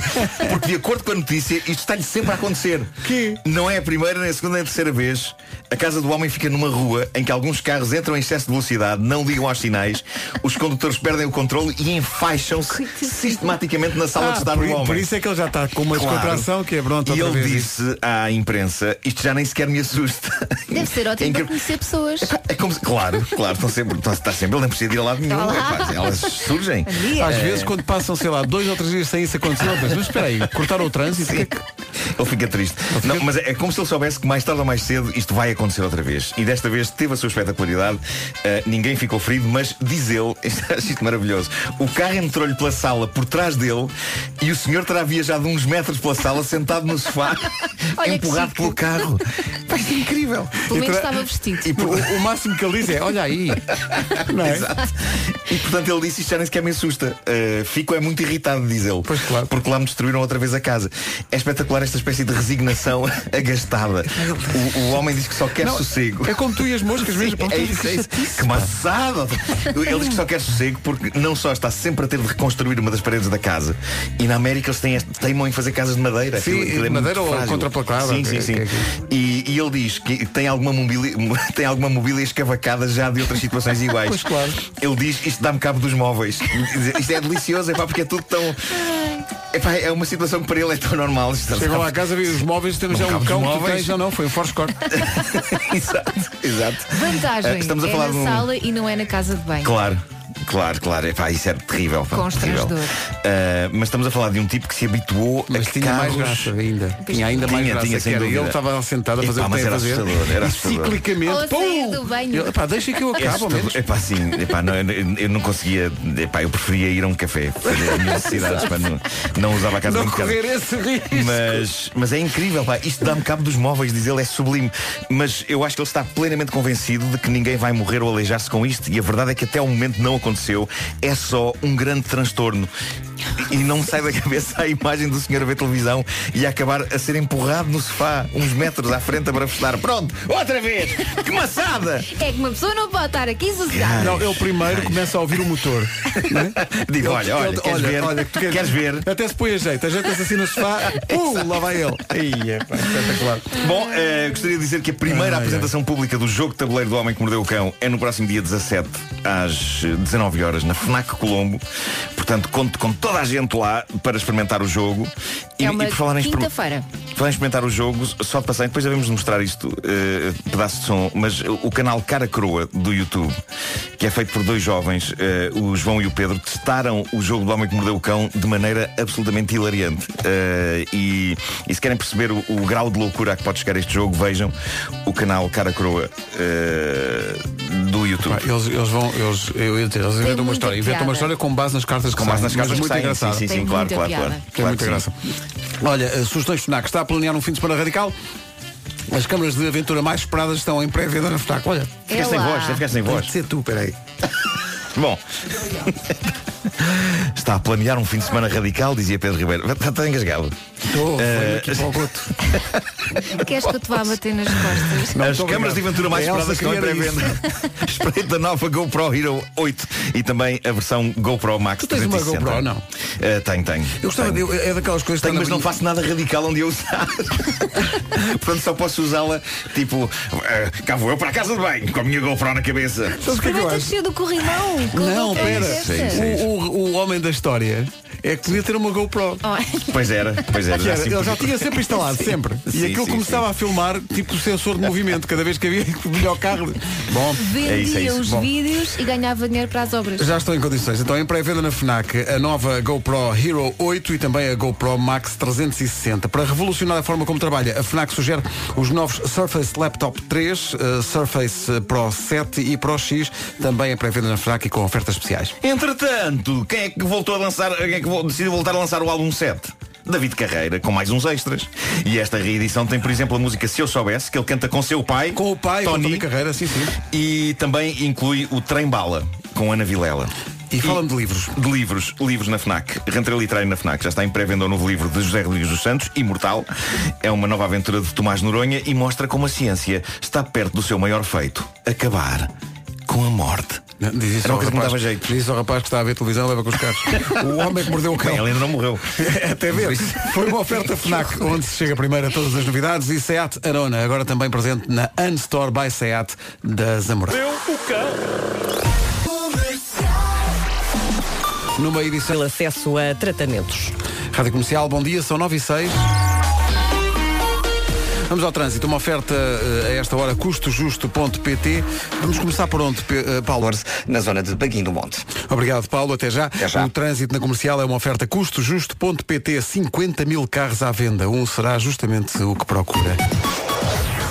Porque de acordo com a notícia, isto está-lhe sempre a acontecer. Que? Não é a primeira, nem a segunda, nem a terceira vez. A casa do homem fica numa rua em que alguns carros entram em excesso de velocidade, não ligam aos sinais, os condutores perdem o controle e enfaixam-se sistematicamente na sala Ah, de estar do por, homem. por isso é que ele já está com uma Claro. descontração que é pronto E outra ele vez. disse à imprensa, isto já nem sequer me assusta. Deve ser ótimo É para incrível. conhecer pessoas. É como se- claro, claro, estão sempre, estão, está sempre, ele não precisa de ir a lado nenhum. Está lá. rapaz, elas surgem. Às É, vezes quando passam, sei lá, dois ou três dias sem isso acontecer, ele pensa, mas espera aí, cortaram o trânsito? Que é que- Ele fica triste. Não, mas é, é como se ele soubesse que mais tarde ou mais cedo isto vai acontecer outra vez. E desta vez teve a sua espetacularidade. Uh, ninguém ficou ferido, mas diz ele, acho isto maravilhoso, o carro entrou-lhe pela sala por trás dele e o senhor terá viajado uns metros pela sala sentado no sofá, Olha que empurrado chique. pelo carro. Vai ser incrível. Pelo E tra- menos estava vestido. E por- O, o máximo que ele diz é, olha aí. Não é? Exato. E portanto ele disse isto já nem sequer me assusta. Uh, fico é muito irritado, diz ele. Pois claro. Porque lá me destruíram outra vez a casa. É espetacular esta espécie de resignação agastada. O, o homem diz que só quer Não, sossego. É como tu e as moscas mesmo. pronto, É isso, é isso. Que maçada! Ele diz que só quer sossego porque não só está sempre a ter de reconstruir uma das paredes da casa, e na América eles têm este, teimam em fazer casas de madeira. Sim, Aquilo- aquilo é madeira muito ou frágil. contraplacada, Sim, sim, que- sim. que- que- E, e ele diz que tem alguma, mobília, tem alguma mobília escavacada já de outras situações iguais. Pois claro. Ele diz, isto dá-me cabo dos móveis. Isto é delicioso, é pá, porque é tudo tão. Epá, é uma situação que para ele é tão normal. Isto Chegam lá a casa, vêem os móveis, temos já Não um cabe cão os que tu móveis. tens. Não, não, foi um Force Corte. Exato, exato. Vantagem. Eh, estamos a é falar na de um- sala e não é na casa de banho. Claro, claro, claro. Epá, isso é terrível. pá, Constrangedor. terrível. Ah, mas estamos a falar de um tipo que se habituou Mas a tinha mais carros... graça ainda. Tinha ainda mais Tinha, graça tinha, que sem era. dúvida. Ele estava sentado a fazer Epá, o que mas tem a era fazer. assustador, era e assustador. ciclicamente. Ou sair do pum! banho. Ele, pá, deixa que eu É acabo, ao menos. assustador. Epá, sim, epá, não, eu- eu não conseguia, epá, eu preferia ir a um café, fazer as minhas necessidades, pá, não, não usava a casa Não de banho de correr casa. esse risco. Mas, mas é incrível, pá. Isto dá-me cabo dos móveis, diz ele, é sublime. Mas eu acho que ele está plenamente convencido de que ninguém vai morrer ou aleijar-se com isto. E a verdade é que até o momento não aconteceu. É só um grande transtorno. E e não me sai da cabeça a imagem do senhor a ver televisão e a acabar a ser empurrado no sofá, uns metros à frente, para festar. Pronto, outra vez! Que maçada! É que uma pessoa não pode estar aqui sossegada. Não, ele primeiro começa a ouvir o motor. né? Ele- Digo, olha, olha, ele- queres ver? olha, tu queres- Queres ver? Até se põe a jeito, ajeita-se assim no sofá, pum, lá vai ele. Aí, é pá, espetacular. Bom, eh, gostaria de dizer que a primeira Ai, apresentação pública do jogo de tabuleiro do Homem que Mordeu o Cão é no próximo dia 17, às eh, 19 horas na FNAC Colombo. Portanto, conto com toda toda a gente lá para experimentar o jogo. E, é e uma por falar em exper- quinta-feira. Vamos experimentar o jogo, só de passar, depois devemos mostrar isto, eh, pedaço de som, mas o canal Cara Crua do YouTube, que é feito por dois jovens, eh, o João e o Pedro, testaram o jogo do Homem que Mordeu o Cão de maneira absolutamente hilariante. Eh, e, e se querem perceber o, o grau de loucura a que pode chegar este jogo, vejam o canal Cara Crua eh, do YouTube. Eles, eles vão, eles, eu ia dizer, eles inventam uma muita história. Inventam piada. uma história com base nas cartas que Com saem, base nas cartas mas que muito saem, engraçado. é sim, sim, sim, Tem claro, muita claro, piada. claro. Tem Claro muita que graça. sim. Olha, eh, sugestões FNAC. Está a planear um fim de semana radical? As câmaras de aventura mais esperadas estão em pré-venda na FNAC. Olha, É Ficaste sem lá. voz, já ficaste sem Tem voz. de ser tu, peraí. Bom. Está a planear um fim de semana radical, dizia Pedro Ribeiro. Está, está engasgado. Estou, Eh, aqui para o goto. Queres que eu te vá bater nas costas? As câmaras de aventura mais A esperadas Elsa estão em queria pré-venda. Espreita a nova GoPro Hero 8 e também a versão GoPro Max Tu tens uma 360. GoPro, não? Eh, tenho, tenho. Eu gostava de, Tenho. eu- é daquelas coisas que estão Tenho, mas na não faço nada radical onde eu usar. Portanto, só posso usá-la tipo, eh, cá vou eu para a casa de banho, com a minha GoPro na cabeça. Sabes o que é que eu Aproveitas acho? cedo do corrimão. com a Não, roupa pera. dessa. é isso, é O, o- o homem da história é que podia ter uma GoPro. Pois era, pois era. um Que era, sempre- ele já tinha sempre instalado, Sim. sempre. E Sim, aquilo sim, começava a filmar tipo o sensor de movimento, cada vez que havia melhor carro. Bom, Vendia É os Bom, vídeos e ganhava dinheiro para as obras. já estou em condições. Então, em pré-venda na FNAC, a nova GoPro Hero 8 e também a GoPro Max 360. Para revolucionar a forma como trabalha, a FNAC sugere os novos Surface Laptop 3, eh, Surface Pro 7 e Pro X, também em pré-venda na FNAC e com ofertas especiais. Entretanto, quem é que voltou a lançar, quem é que vo- decidiu voltar a lançar o álbum 7? David Carreira, com mais uns extras. E esta reedição tem, por exemplo, a música Se Eu Soubesse, que ele canta com seu pai. Com o pai, Tony, Tony Carreira, sim, sim. E também inclui o Trem Bala, com Ana Vilela. E fala-me de livros. De livros, livros na FNAC. Rentrei literário na FNAC. Já está em pré-venda o novo livro de José Rodrigues dos Santos, Imortal. É uma nova aventura de Tomás Noronha e mostra como a ciência está perto do seu maior feito. Acabar com a morte. Diz isso Era ao uma coisa que me rapaz- dava jeito. Diz isso ao rapaz que está a ver televisão leva com os carros. o homem que mordeu o cão. Bem, ele ainda não morreu. Até ver. Foi uma oferta FNAC, onde se chega primeiro a todas as novidades. E SEAT Arona, agora também presente na Unstore by SEAT da Zamora. o Numa edição... Pelo acesso a tratamentos. Rádio Comercial, bom dia, são 9 e 6. Vamos ao trânsito. Uma oferta eh, a esta hora custojusto.pt. Vamos começar por onde, Pe- eh, Paulo? Na zona de Baguinho do Monte. Obrigado, Paulo. Até já. já. O trânsito na comercial é uma oferta custojusto.pt. 50 mil carros à venda. Um será justamente o que procura.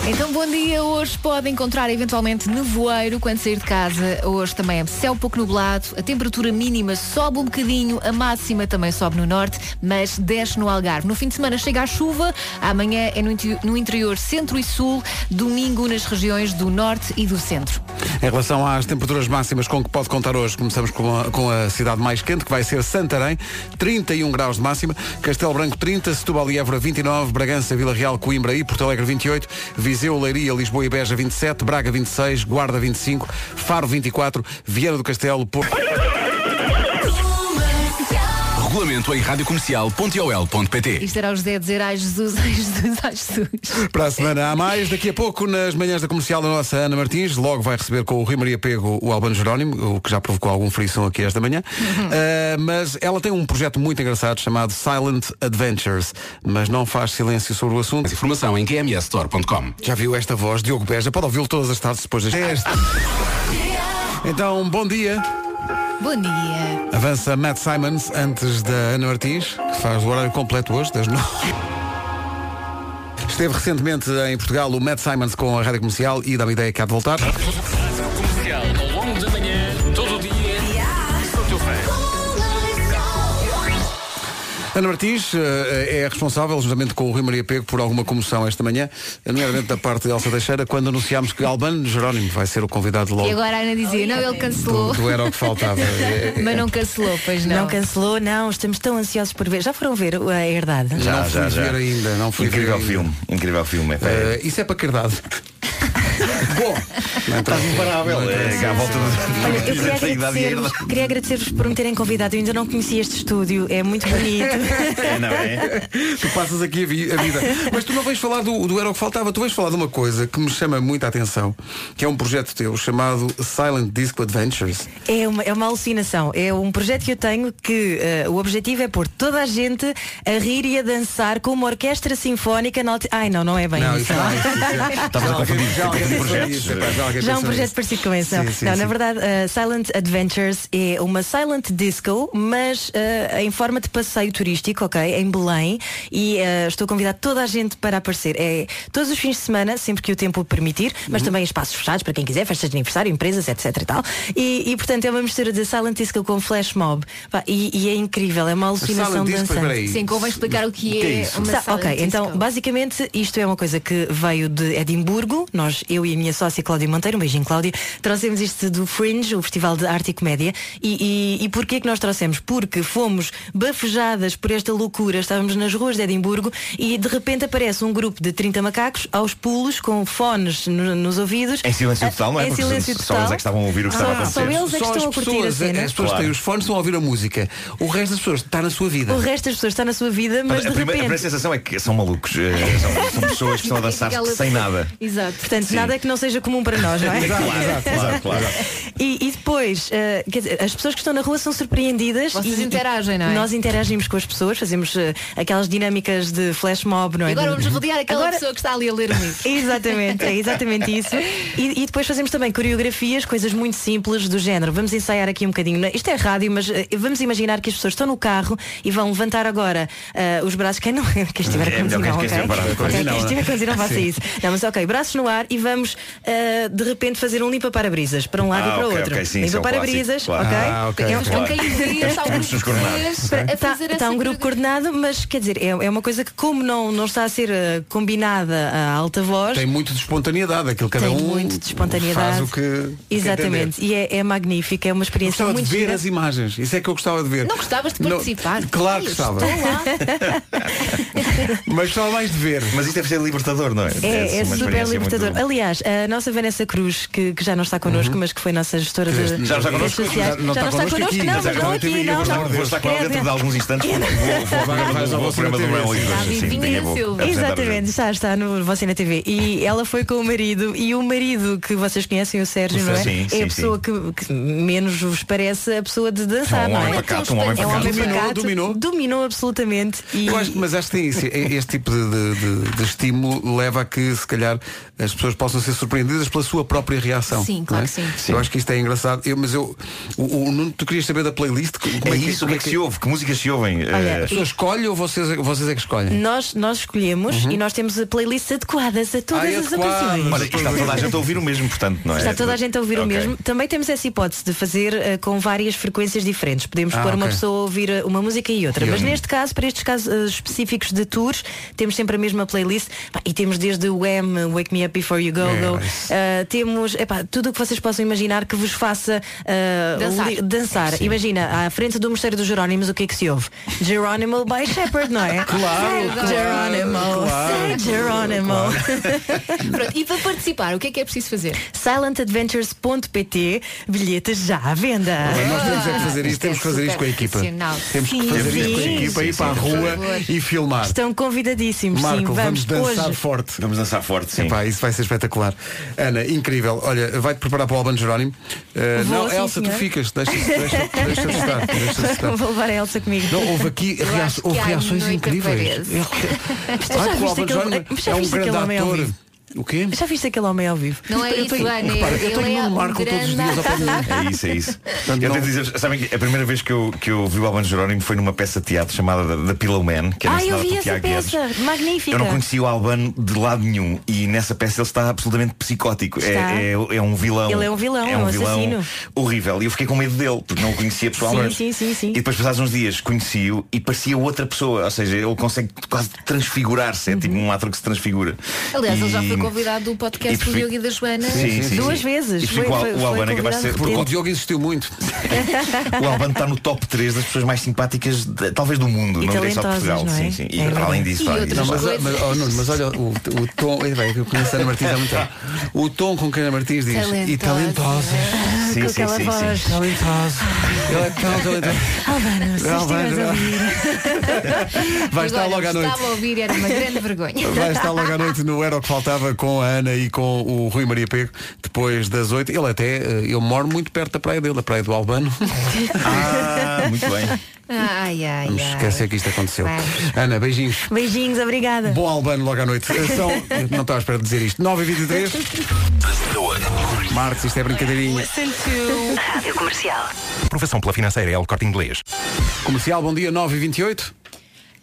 Então, bom dia. Hoje pode encontrar eventualmente nevoeiro quando sair de casa. Hoje também é céu pouco nublado. A temperatura mínima sobe um bocadinho. A máxima também sobe no norte, mas desce no Algarve. No fim de semana chega a chuva. Amanhã é no, inti- no interior centro e sul. Domingo nas regiões do norte e do centro. Em relação às temperaturas máximas com que pode contar hoje, começamos com a, com a cidade mais quente, que vai ser Santarém, 31 graus de máxima, Castelo Branco 30, Setúbal e Évora 29, Bragança, Vila Real, Coimbra e Porto Alegre 28, Viseu, Leiria, Lisboa e Beja 27, Braga 26, Guarda 25, Faro 24, Vieira do Castelo, Porto... Regulamento em radiocomercial.ol.pt Isto era o José a dizer ai Jesus, ai Jesus, ai Jesus. Para a semana há mais. Daqui a pouco, nas manhãs da comercial, a nossa Ana Martins logo vai receber com o Rui Maria Pego o Albano Jerónimo, o que já provocou algum frição aqui esta manhã. Ah, mas ela tem um projeto muito engraçado chamado Silent Adventures, mas não faz silêncio sobre o assunto. Informação em gmsstore.com Já viu esta voz, Diogo Beja? Pode ouvi-lo todas as tardes depois deste. Este. Então, bom dia. Bom dia. Avança Matt Simons antes da Ana Martins, que faz o horário completo hoje, das 9. Esteve recentemente em Portugal o Matt Simons com a rádio comercial e dá-me ideia que há de voltar. Comercial, ao longo da manhã, todo o dia, sou teu fã. Ana Martins eh, é responsável, juntamente com o Rui Maria Pego, por alguma comoção esta manhã, nomeadamente da parte de Elsa Teixeira, quando anunciámos que Albano Jerónimo vai ser o convidado E logo agora a Ana dizia, não, ele cancelou. do, do Era o que Faltava. É, é, Mas não cancelou, pois não. Não cancelou, não. Estamos tão ansiosos por ver. Já foram ver uh, a herdade? não fui ver ainda, não fui incrível ver ainda. filme, incrível filme. é pá. Eh, isso é para cardado. Bom, estás imparável. É, cá à volta Olha, eu do- queria dessa idade e a agradecer-vos herdade. queria agradecer-vos por me terem convidado. Eu ainda não conhecia este estúdio, é muito bonito. Eh, É, Tu passas aqui a, vi- a vida. Mas tu não vais falar do, do Era o que Faltava, tu vais falar de uma coisa que me chama muita atenção, que é um projeto teu chamado Silent Disco Adventures. É uma, é uma alucinação. É um projeto que eu tenho que eh, o objetivo é pôr toda a gente a rir e a dançar com uma orquestra sinfónica. Na alti- Ai, não, não é bem Não, isso. isso não é isso, Estavas a confundir. Já alguém Tem pensou projetos. nisso, epá, alguém Já um pensou projeto nisso. parecido com esse, não. Sim, sim, Não, sim. na verdade, eh, Silent Adventures é uma silent disco, mas eh, em forma de passeio turístico, ok? Em Belém. E eh, estou a convidar toda a gente para aparecer. É todos os fins de semana, sempre que o tempo o permitir, mas Uhum. também espaços fechados para quem quiser, festas de aniversário, empresas, etc e tal. E, e, portanto, é uma mistura de silent disco com flash mob. Pá, e, e é incrível, é uma Silent alucinação disco, mas dançante. peraí. Sim, convém explicar o que O que é é isso? uma Sa- silent Ok, disco. então basicamente isto é uma coisa que veio de Edimburgo. Nós, eu e a minha sócia Cláudia Monteiro, um beijinho Cláudia, trouxemos isto do Fringe, o Festival de Arte e Comédia. E, e, e porquê que nós trouxemos? Porque fomos bafejadas por esta loucura, estávamos nas ruas de Edimburgo e de repente aparece um grupo de 30 macacos aos pulos, com fones no- nos ouvidos. Em silêncio Ah, total, não é? Em Porque silêncio só total. eles é que estavam a ouvir o que Só- estava a Só acontecer. eles é que Só as estão a curtir a pessoas, cena. as pessoas que têm os fones estão a ouvir a música. O resto das pessoas está na sua vida. O resto das pessoas está na sua vida, Olha, mas a, de primeira, a primeira repente. sensação é que são malucos. eh, São, são pessoas que estão a dançar Aquela- sem nada. Exato. Portanto, nada que não seja comum para nós, não é? claro, claro. E, e depois, eh, quer dizer, as pessoas que estão na rua são surpreendidas. Vocês e, interagem, não é? Nós interagimos com as pessoas, fazemos eh, aquelas dinâmicas de flash mob, não é? E agora Do- vamos rodear aquela Agora- pessoa que está ali a ler um livro. Exatamente, é exatamente isso. E, e depois fazemos também coreografias, coisas muito simples do género. Vamos ensaiar aqui um bocadinho. né? Isto é rádio, mas eh, vamos imaginar que as pessoas estão no carro e vão levantar agora eh, os braços. Quem, não, quem estiver a É melhor conduzir, não, ok? quem esteja parado a Ok, Quem conduzir, não, estiver a né? conduzir, não faça Sim. isso. Não, mas ok, braços no ar e vamos eh, de repente fazer um limpa-parabrisas para um lado Ah, e para o ok, outro. ok, sim, isso é um limpa-parabrisas, clássico, claro. ok? Ah, ok, É um- claro. ok, Temos que nos coordenar. é? Está assim um grupo coordenado, mas quer dizer, é, é uma coisa que como não, não está a ser eh, combinada a alta voz. Tem muito de espontaneidade, aquilo cada Tem um muito de espontaneidade. faz o que o que Exatamente, entender. e é, é magnífico, é uma Eu experiência gostava de muito ver gira. as imagens, isso é que eu gostava de ver. Não gostavas de Não- participar? Claro que Ai, gostava. estou lá. Mas só mais de ver. Mas isto deve ser libertador, não é? É, é uma super experiência libertador. muito- Aliás, a nossa Vanessa Cruz, que, que já não está connosco, Uhum. mas que foi nossa gestora de Já não está redes connosco? sociais, Já não está connosco aqui. não, Mas mas não agora aqui, tem- não, vou- não. vou estar com ela dentro de alguns instantes, porque vou- vou ao programa do- vou ao programa do Manuel Iglesias, sim, sim, também vou apresentar os Exatamente, está, está no Você na TV. E ela foi com o marido, e o marido que vocês conhecem, o Sérgio, O não é? Sérgio, sim, é sim, a pessoa que, que menos vos parece a pessoa de dançar, É um não é? homem pacato, um homem É pacato. Dominou, pacato, dominou. Dominou absolutamente. E... Eu acho- mas acho que tem isso. E- este tipo de, de- de- de estímulo leva a que, se calhar, as pessoas possam ser surpreendidas pela sua própria reação. Sim, não claro é? que sim. Eu acho que isto é engraçado. Eu- mas eu, o, o Nuno, tu querias saber da playlist? Como um É isso, o que é que se ouve? Que músicas se ouvem? As Eh, pessoas escolhem ou vocês, vocês é que escolhem? Nós, nós escolhemos e nós temos a playlist adequadas a todas Ah, é as adequadas. ocasiões. Olha, está toda a gente a ouvir o mesmo, portanto, não é? Está toda a gente a ouvir o Ok. mesmo. Também temos essa hipótese de fazer eh, com várias frequências diferentes. Podemos Ah, pôr uma ok. pessoa a ouvir eh, uma música e outra. E Mas outra. neste caso, para estes casos eh, específicos de tours, temos sempre a mesma playlist. Pá, e temos desde o M, Wake Me Up Before You Go É, Go. Eh, temos epá, tudo o que vocês possam imaginar que vos faça eh, Dançar. li- dançar. Imagina, à frente do Mosteiro dos Jerónimos, o que é que se ouve? Geronimo by Shepherd, não é? Claro, Say Geronimo. claro. Say Geronimo. Pronto, e para participar, o que é que é preciso fazer? silentadventures.pt bilhetes já à venda. Bem, nós temos é que fazer isto, temos que fazer isto com a equipa. profissional. Temos que Sim, fazer isto com a sim. equipa, ir Sim, para a sim, por rua favor. e é filmar. Estão convidadíssimos, sim, Marco, vamos, vamos, dançar hoje. forte. Vamos dançar forte, sim. Epá, isso vai ser espetacular. Ana, incrível. Olha, vai-te preparar para o Albano Jerónimo. Uh, Vou, não, sim, Elsa, senhor. tu ficas. Deixa-te deixa, deixa deixa-te estar. Deixa-te estar. Vou levar a Elsa comigo. Não, houve aqui Eu rea- acho que houve à reações noite incríveis. aparece. Eu- Mas tu Ai, que o já viste Albano aquele- Jerónimo mas já é um viste aquele grande homem ao ator. vivo? O quê? Já viste aquele homem ao vivo? Não é Eu isso, tenho- Ana. repara, eu ele tenho é Nuno Marco todos os dias ao pé de mim. É isso, é isso. eu devo dizer, sabem que a primeira vez que eu, que eu vi o Albano Jerónimo foi numa peça de teatro chamada The Pillow Man, que era Ah, eu ensinada vi pelo essa Tiago Guedes. peça, magnífica. Eu não conhecia o Albano de lado nenhum e nessa peça ele está absolutamente psicótico. É, Está. é, é um vilão. Ele é um vilão, é um assassino. horrível. E eu fiquei com medo dele, porque não o conhecia Sim, pessoalmente. sim, sim, sim. E depois passados uns dias conheci-o e parecia Uhum. outra pessoa. Ou seja, ele consegue quase transfigurar-se. É tipo um ator que se transfigura. Aliás, ele já foi foi convidado do podcast e do percebi- Diogo e da Joana Sim, sim, duas sim. vezes. E percebi que o Al- o Albano é capaz de ser- convidado por- O Diogo existiu muito. O Albano está no top 3 das pessoas mais simpáticas, de- talvez do mundo, E não direi só de talentosas, Portugal. não é? Sim, sim. E É verdade. além disso, vai, Não, diz lá. mas, mas, oh, Nuno, mas olha o, o tom. Ei, bem, eu conheço a Ana Martins há muito tempo. O tom com que a Ana Martins diz. E talentosa. Sim, com sim, aquela sim, sim. voz. é? Talentosa. Ela é tão talentosa. Albano, se Albano, estiveres a ouvir. Vai estar logo à noite. Estava a ouvir, era uma grande vergonha. Vai estar logo à noite no Era o que Faltava com a Ana e com o Rui Maria Pego, depois das 8. Ele até, eh, eu moro muito perto da praia dele, da praia do Albano. É Ah, muito bem. Ai, ai, Vamos ai. esquecer que isto aconteceu. Vai. Ana, beijinhos. Beijinhos, obrigada. Bom Albano logo à noite. Eh, São, não estava à espera de dizer isto. 9h23. Marcos, isto é brincadeirinha. Rádio Comercial. Aprovação pela financeira é o corte inglês. Comercial, bom dia, 9h28.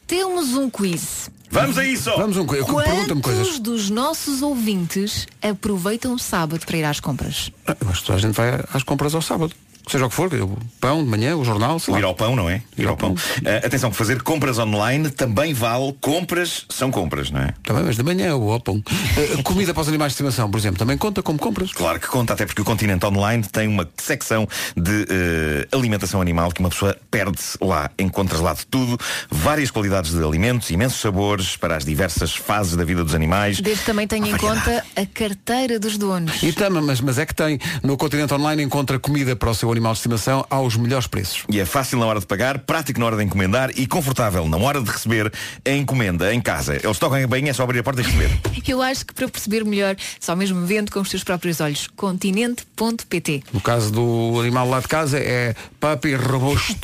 Temos um quiz. Vamos a isso! Vamos um co- Pergunta-me Quantos coisas. dos nossos ouvintes aproveitam o sábado para ir às compras? Eu acho que toda a gente vai às compras ao sábado. Seja o que for, o pão de manhã, o jornal, sei lá. Ir ao pão, não é? Ir ao pão. Ah, atenção, que fazer compras online também vale. Compras são compras, não é? Também, mas de manhã o pão. Eh, comida para os animais de estimação, por exemplo, também conta como compras. Claro que conta, até porque o Continente Online tem uma secção de eh, alimentação animal que uma pessoa perde-se lá. Encontras lá de tudo, várias qualidades de alimentos, imensos sabores para as diversas fases da vida dos animais. Desde que também tenha em conta a carteira dos donos. E tam, mas, mas é que tem. No Continente Online encontra comida para o seu animal de estimação aos melhores preços. E é fácil na hora de pagar, prático na hora de encomendar e confortável na hora de receber a encomenda em casa. Eles tocam bem, é só abrir a porta e receber. Eu acho que para perceber melhor, só mesmo vendo com os teus próprios olhos, continente.pt. No caso do animal lá de casa é papi robusto.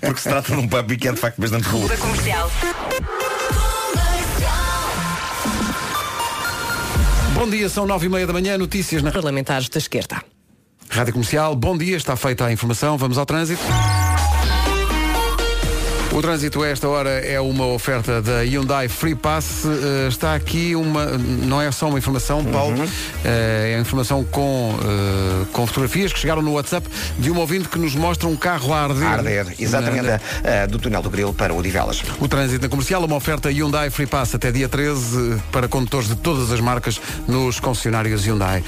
Porque se trata de um puppy que é de facto bastante ruim. Comercial. Bom dia, são nove e meia da manhã, notícias na Parlamentares da Esquerda. Rádio Comercial, bom dia, está feita a informação, vamos ao trânsito. O trânsito a esta hora é uma oferta da Hyundai Free Pass. Eh, está aqui uma. Não é só uma informação, Paulo. Uhum. eh, é a informação com, eh, com fotografias que chegaram no WhatsApp de um ouvinte que nos mostra um carro a arder. A arder, exatamente, Na- na- ah, do túnel do Grilo para o Odivelas. o trânsito na comercial, uma oferta Hyundai Free Pass até dia 13 eh, para condutores de todas as marcas nos concessionários Hyundai.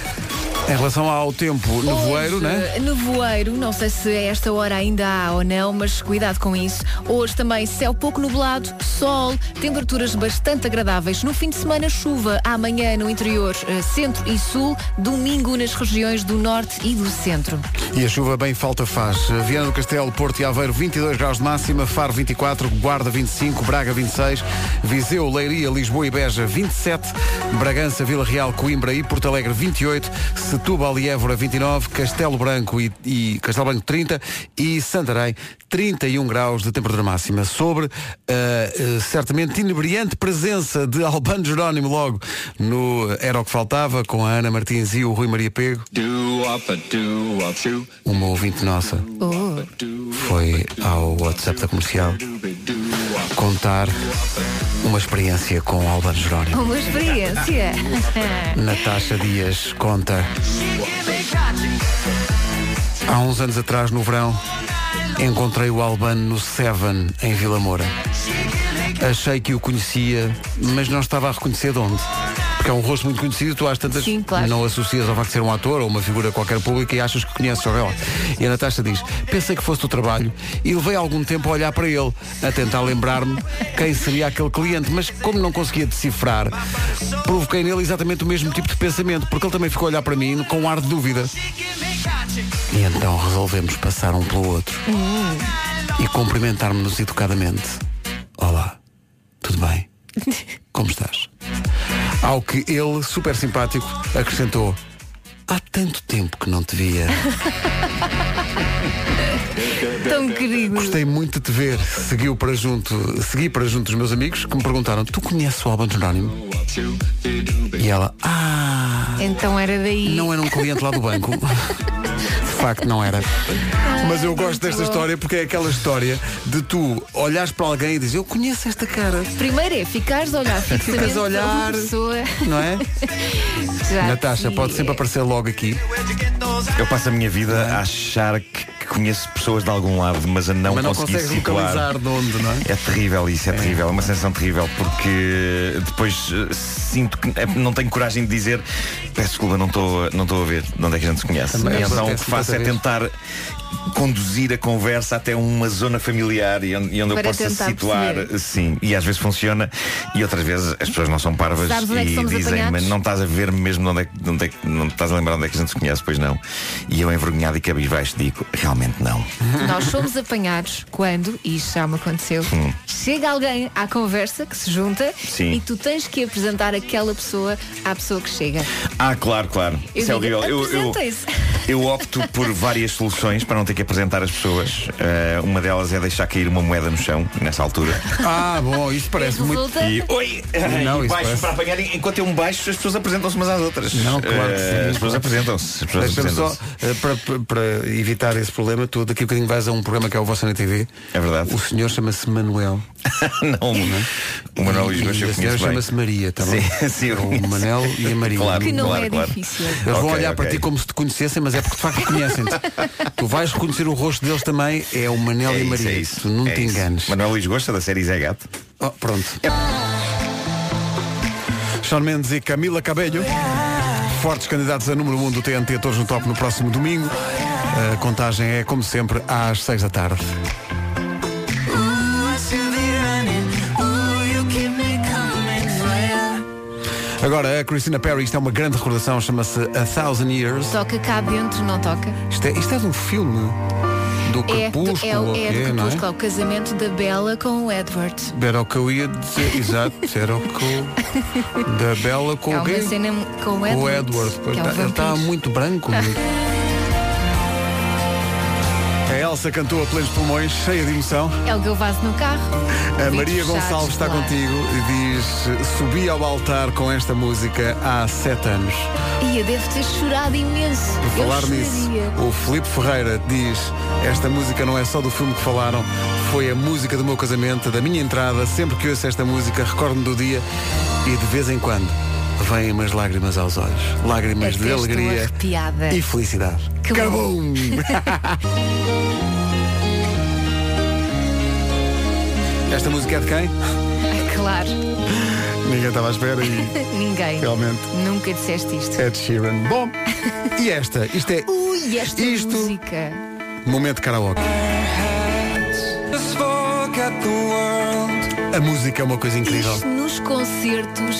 Em relação ao tempo nevoeiro, Hoje, né? eh, Nevoeiro, não sei se a esta hora ainda há ou não, mas cuidado com isso. Hoje também céu pouco nublado, sol, temperaturas bastante agradáveis. No fim de semana, chuva. Amanhã no interior, eh, centro e sul. Domingo nas regiões do norte e do centro. E a chuva bem falta faz. Viana do Castelo, Porto e Aveiro, 22 graus de máxima, Faro 24, Guarda 25, Braga 26, Viseu, Leiria, Lisboa e Beja 27, Bragança, Vila Real, Coimbra e Porto Alegre 28, Setúbal e Évora 29, Castelo Branco e, e Castelo Branco 30 e Santarém 31 graus de temperatura máxima. Sobre eh, eh, certamente inebriante presença de Albano Jerónimo logo no Era o que Faltava, com a Ana Martins e o Rui Maria Pego. Uma ouvinte nossa foi ao WhatsApp da comercial contar uma experiência com Álvaro Jerónimo. Uma experiência. Natasha Dias conta. Há uns anos atrás, no verão, encontrei o Albano no Seven, em Vila Moura. Achei que o conhecia, mas não estava a reconhecer de onde. Porque é um rosto muito conhecido, tu às tantas Sim, claro. não associas ao facto de ser um ator ou uma figura qualquer pública e achas que conheces sobre ela. E a Natasha diz, pensei que fosse do trabalho e levei algum tempo a olhar para ele, a tentar lembrar-me quem seria aquele cliente, mas como não conseguia decifrar, provoquei nele exatamente o mesmo tipo de pensamento, porque ele também ficou a olhar para mim com um ar de dúvida. E então resolvemos passar um pelo outro e cumprimentar-nos educadamente. Olá, tudo bem? Como estás? Ao que ele, super simpático, acrescentou Há tanto tempo que não te via. Tão querido. Gostei muito de te ver. Seguiu para junto, segui para junto os meus amigos que me perguntaram, tu conheces o Albano Jerónimo? E ela, ah, Então era daí. não era um cliente lá do banco. De facto não era. Mas eu gosto desta história porque é aquela história de tu olhares para alguém e dizes, eu conheço esta cara. Primeiro é ficares a olhar fixamente Ficas a para uma olhar, pessoa. Não é? Já Natasha, te- pode sempre aparecer logo aqui. Eu passo a minha vida a achar que conheço pessoas de algum lado, mas a não Mas não conseguir consegues situar. localizar de onde, não é? É terrível isso, é, terrível, é uma sensação terrível, porque depois eh, sinto que eh, não tenho coragem de dizer, peço desculpa, não estou não estou a ver de onde é que a gente se conhece. Também E então o que acontece faço é muitas tentar conduzir a conversa até uma zona familiar e onde, e onde eu Para possa tentar situar, perceber. sim, e às vezes funciona e outras vezes as pessoas não são parvas Sabes onde é que e somos dizem, apanhados? mas não estás a ver mesmo de onde é que, de onde é que- não estás a lembrar onde é que a gente se conhece, pois não. E eu envergonhado e cabisbaixo digo, realmente não. Nós somos apanhados quando, e isto já me aconteceu, Hum. chega alguém à conversa que se junta Sim. e tu tens que apresentar aquela pessoa à pessoa que chega. Ah, claro, claro. Eu Isso é digo, horrível. Eu, eu, "Apresentem-se." eu opto por várias soluções para não ter que apresentar as pessoas. Eh, uma delas é deixar cair uma moeda no chão, nessa altura. Ah, bom, isso parece muito. Resulta? E oi! Não, e isso baixo parece- para apanhar, e enquanto eu me baixo, as pessoas apresentam-se umas às outras. Não, claro que Eh, sim. As pessoas apresentam-se. As pessoas Deixa-me só, apresentam-se. eh, para, para- para evitar esse problema, tu daqui a bocadinho vais a um programa que é o Vossa na TV. É verdade. O senhor chama-se Manuel. não, é? o Manuel Luís E- Gomes e eu a senhora conheço bem. chama-se Maria, tá bom? Sim, sim, eu O conheço. Manel e a Maria. Claro, Que não claro, é claro. difícil. Eles vão Ok, olhar para ok. ti como se te conhecessem, mas é porque de facto conhecem-te. tu vais reconhecer o rosto deles também, é o Manel É e a isso, Maria. é isso. Tu não é te isso. enganes. Manuel Luís gosta da série Zé Gato. Oh, pronto. Sean Mendes e Camila Cabello. Fortes candidatos a número 1 um do TNT, todos no top no próximo domingo. A contagem é, como sempre, às 6 da tarde. Agora, a Christina Perry, isto é uma grande recordação, chama-se A Thousand Years. Toca cá dentro, não toca. Isto é, isto é de um filme do É, Crepúsculo, é, o- é, ou do quê, não Crepúsculo, é o casamento da Bela com o Edward. Era o que eu ia dizer, exato, era o que eu- da Bela com Há o quê? É uma cena com o Com o Edward. Edward, pois que é um tá- ele está vampiro. muito branco. a Elsa cantou a plenos pulmões, cheia de emoção. É o que eu faço no carro. A Ouvidos Maria fechados, Gonçalves está claro. contigo e diz subi ao altar com esta música há sete anos. E eu devo ter chorado imenso. Por eu falar choraria. nisso, o Filipe Ferreira diz esta música não é só do filme que falaram, foi a música do meu casamento, da minha entrada. Sempre que ouço esta música, recordo-me do dia e de vez em quando vêm umas lágrimas aos olhos. Lágrimas Até de estou alegria arrepiada. e felicidade. Que bom. Cabum! esta música é de quem? Claro, Ninguém estava à espera e ninguém. realmente É Nunca disseste isto. Ed Sheeran. Bom, e esta? Isto é Ui, esta Isto- música. Momento Karaoke. A música é uma coisa incrível. Isto nos concertos,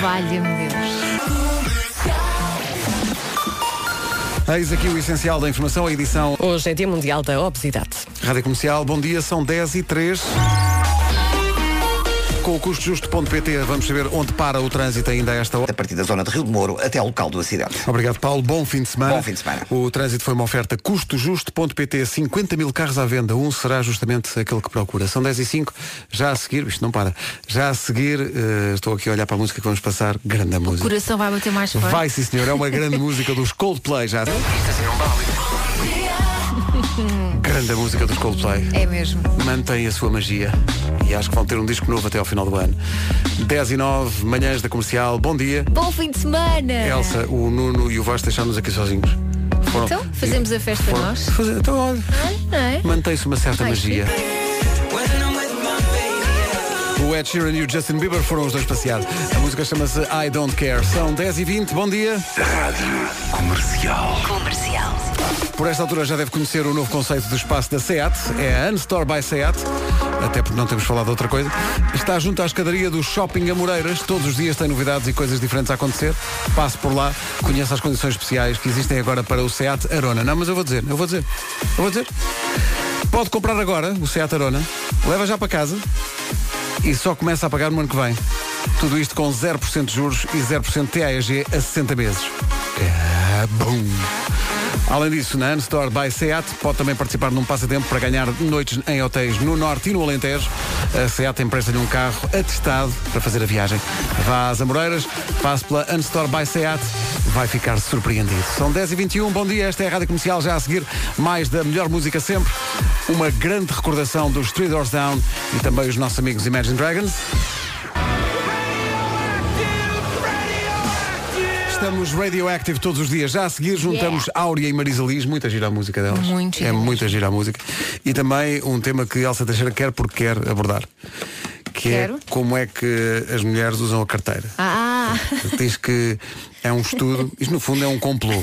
valha-me Deus. Eis aqui o essencial da informação, a edição Hoje é Dia Mundial da Obesidade. Rádio Comercial. Bom dia, são 10 e 3. Com o custojusto.pt vamos saber onde para o trânsito ainda a esta hora. A partir da zona de Rio de Moro até ao local do acidente. Obrigado, Paulo. Bom fim de semana. Bom fim de semana. O trânsito foi uma oferta custojusto.pt. 50 mil carros à venda. Um será justamente aquele que procura. São 10 e 5. Já a seguir, isto não para. Já a seguir, eh, estou aqui a olhar para a música que vamos passar. Grande a O música. coração vai bater mais forte. Ah. Vai, sim, senhor. É uma grande música dos Coldplay já. grande a música dos Coldplay. É mesmo. Mantém a sua magia. E acho que vão ter um disco novo até ao final do ano. 10 e 9, manhãs da comercial. Bom dia. Bom fim de semana. Elsa, o Nuno e o Vasco deixaram-nos aqui sozinhos. Foram- Então, fazemos a festa foram- nós. Faze- Então, olha, Não é? mantém-se uma certa Ai, magia. O Ed Sheeran e o Justin Bieber foram os dois passear. A música chama-se I Don't Care. São 10 e 20 bom dia. Comercial. Comercial. Por esta altura já deve conhecer o novo conceito do espaço da SEAT. É a Unstore by SEAT. Até porque não temos falado de outra coisa. Está junto à escadaria do Shopping Amoreiras. Todos os dias tem novidades e coisas diferentes a acontecer. Passe por lá, conheça as condições especiais que existem agora para o SEAT Arona. Não, mas eu vou dizer, eu vou dizer, eu vou dizer. Pode comprar agora o SEAT Arona. Leva já para casa e só começa a pagar no ano que vem. Tudo isto com 0% de juros e 0% TAEG a 60 meses. É, bum. Além disso, na Unstore by SEAT pode também participar num passatempo para ganhar noites em hotéis no Norte e no Alentejo. A SEAT empresta-lhe um carro atestado para fazer a viagem. Vá às Amoreiras, passe pela Unstore by SEAT, vai ficar surpreendido. São 10h21, bom dia, esta é a Rádio Comercial, já a seguir mais da melhor música sempre, uma grande recordação dos Three Doors Down e também os nossos amigos Imagine Dragons. Estamos radioactive todos os dias. Já a seguir juntamos Áurea e Marisa Liz, muita gira a música delas. Muito é gira. muita gira a música. E também um tema que Elsa Teixeira quer porque quer abordar. Que Quero. é como é que as mulheres usam a carteira. Ah, Diz que é um estudo, isto no fundo é um complô.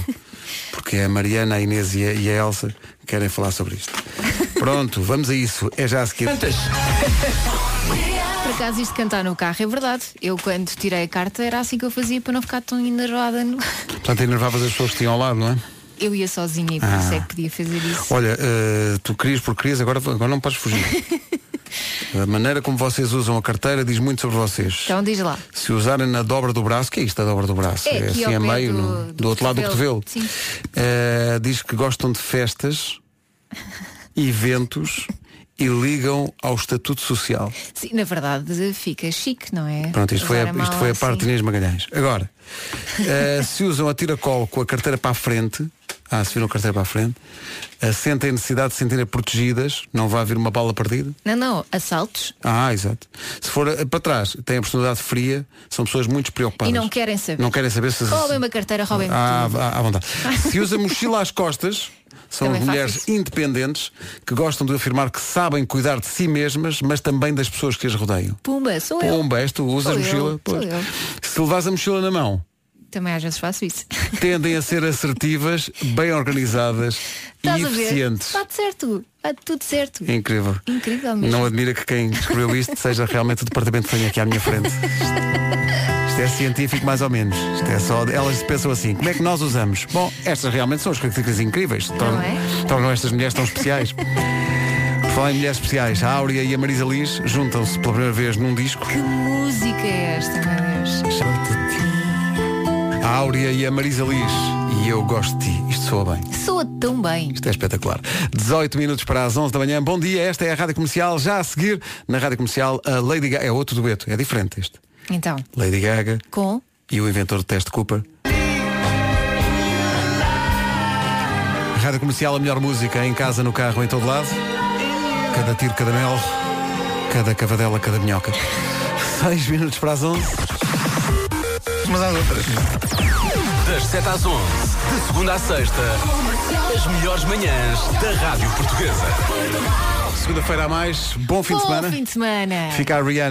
Porque a Mariana, a Inês e a, e a Elsa querem falar sobre isto. Pronto, vamos a isso. É já a seguir. por acaso isto de cantar no carro é verdade. Eu quando tirei a carta era assim que eu fazia para não ficar tão enervada. no- Portanto, enervavas as pessoas que tinham ao lado, não é? Eu ia sozinha e por Ah. isso é que podia fazer isso. Olha, eh, tu querias por querias, agora, agora não podes fugir. a maneira como vocês usam a carteira diz muito sobre vocês. Então diz lá. Se usarem na dobra do braço, que é isto a dobra do braço? É assim aqui ao a pé meio, do- no- do, do outro lado do cotovelo. cotovelo. Sim. Eh, diz que gostam de festas, eventos e ligam ao estatuto social. Sim, na verdade fica chique, não é? Pronto, isto foi a, Usar isto mala foi a assim. parte de Inês Magalhães. Agora, eh, se usam a tiracolo com a carteira para a frente, ah, se viram a carteira para a frente, eh, sentem necessidade de se sentirem protegidas, não vai haver uma bala perdida. Não, não, assaltos. Ah, exato. Se for eh, para trás, têm a personalidade fria, são pessoas muito preocupadas. E não querem saber. Não querem saber se. Roubem uma carteira, roubem Ah, tudo. à, à vontade. Se usa mochila às costas, são Também faço mulheres independentes que gostam de afirmar que sabem cuidar de si mesmas, mas também das pessoas que as rodeiam. Pumba, sou eu. Pomba, és tu, usas Sou eu, mochila. sou pois. eu. Se levas a mochila na mão, Também às vezes faço isso. tendem a ser assertivas, bem organizadas Estás e a ver? Tá. eficientes. Está certo. Está tudo certo. É Incrível. Incrível mesmo. Não é- admira que quem descobriu isto seja realmente o departamento que tenho aqui à minha frente. Isto- Isto é científico mais ou menos. Isto é só. Elas pensam assim, como é que nós usamos? Bom, estas realmente são as características incríveis. Tornam, é? tornam estas mulheres tão especiais. Por falar em mulheres especiais, a Áurea e a Marisa Liz juntam-se pela primeira vez num disco. Que música é esta, meu Deus? A Áurea e a Marisa Liz. E eu gosto de ti. Isto soa bem. Soa tão bem. Isto é espetacular. 18 minutos para as 11 da manhã. Bom dia, esta é a Rádio Comercial. Já a seguir, na Rádio Comercial, a Lady Gaga. É outro dueto, é diferente este. Então, Lady Gaga com. e o inventor do teste Cooper. Rádio Comercial, a melhor música em casa, no carro, em todo lado. Cada tiro, cada mel, cada cavadela, cada minhoca. 6 minutos para as 11. Mas às outras. Das 7 às 11, de segunda à sexta, as melhores manhãs da Rádio Portuguesa. Segunda-feira a mais. Bom fim de Bom semana. fim de semana. Fica a Rihanna.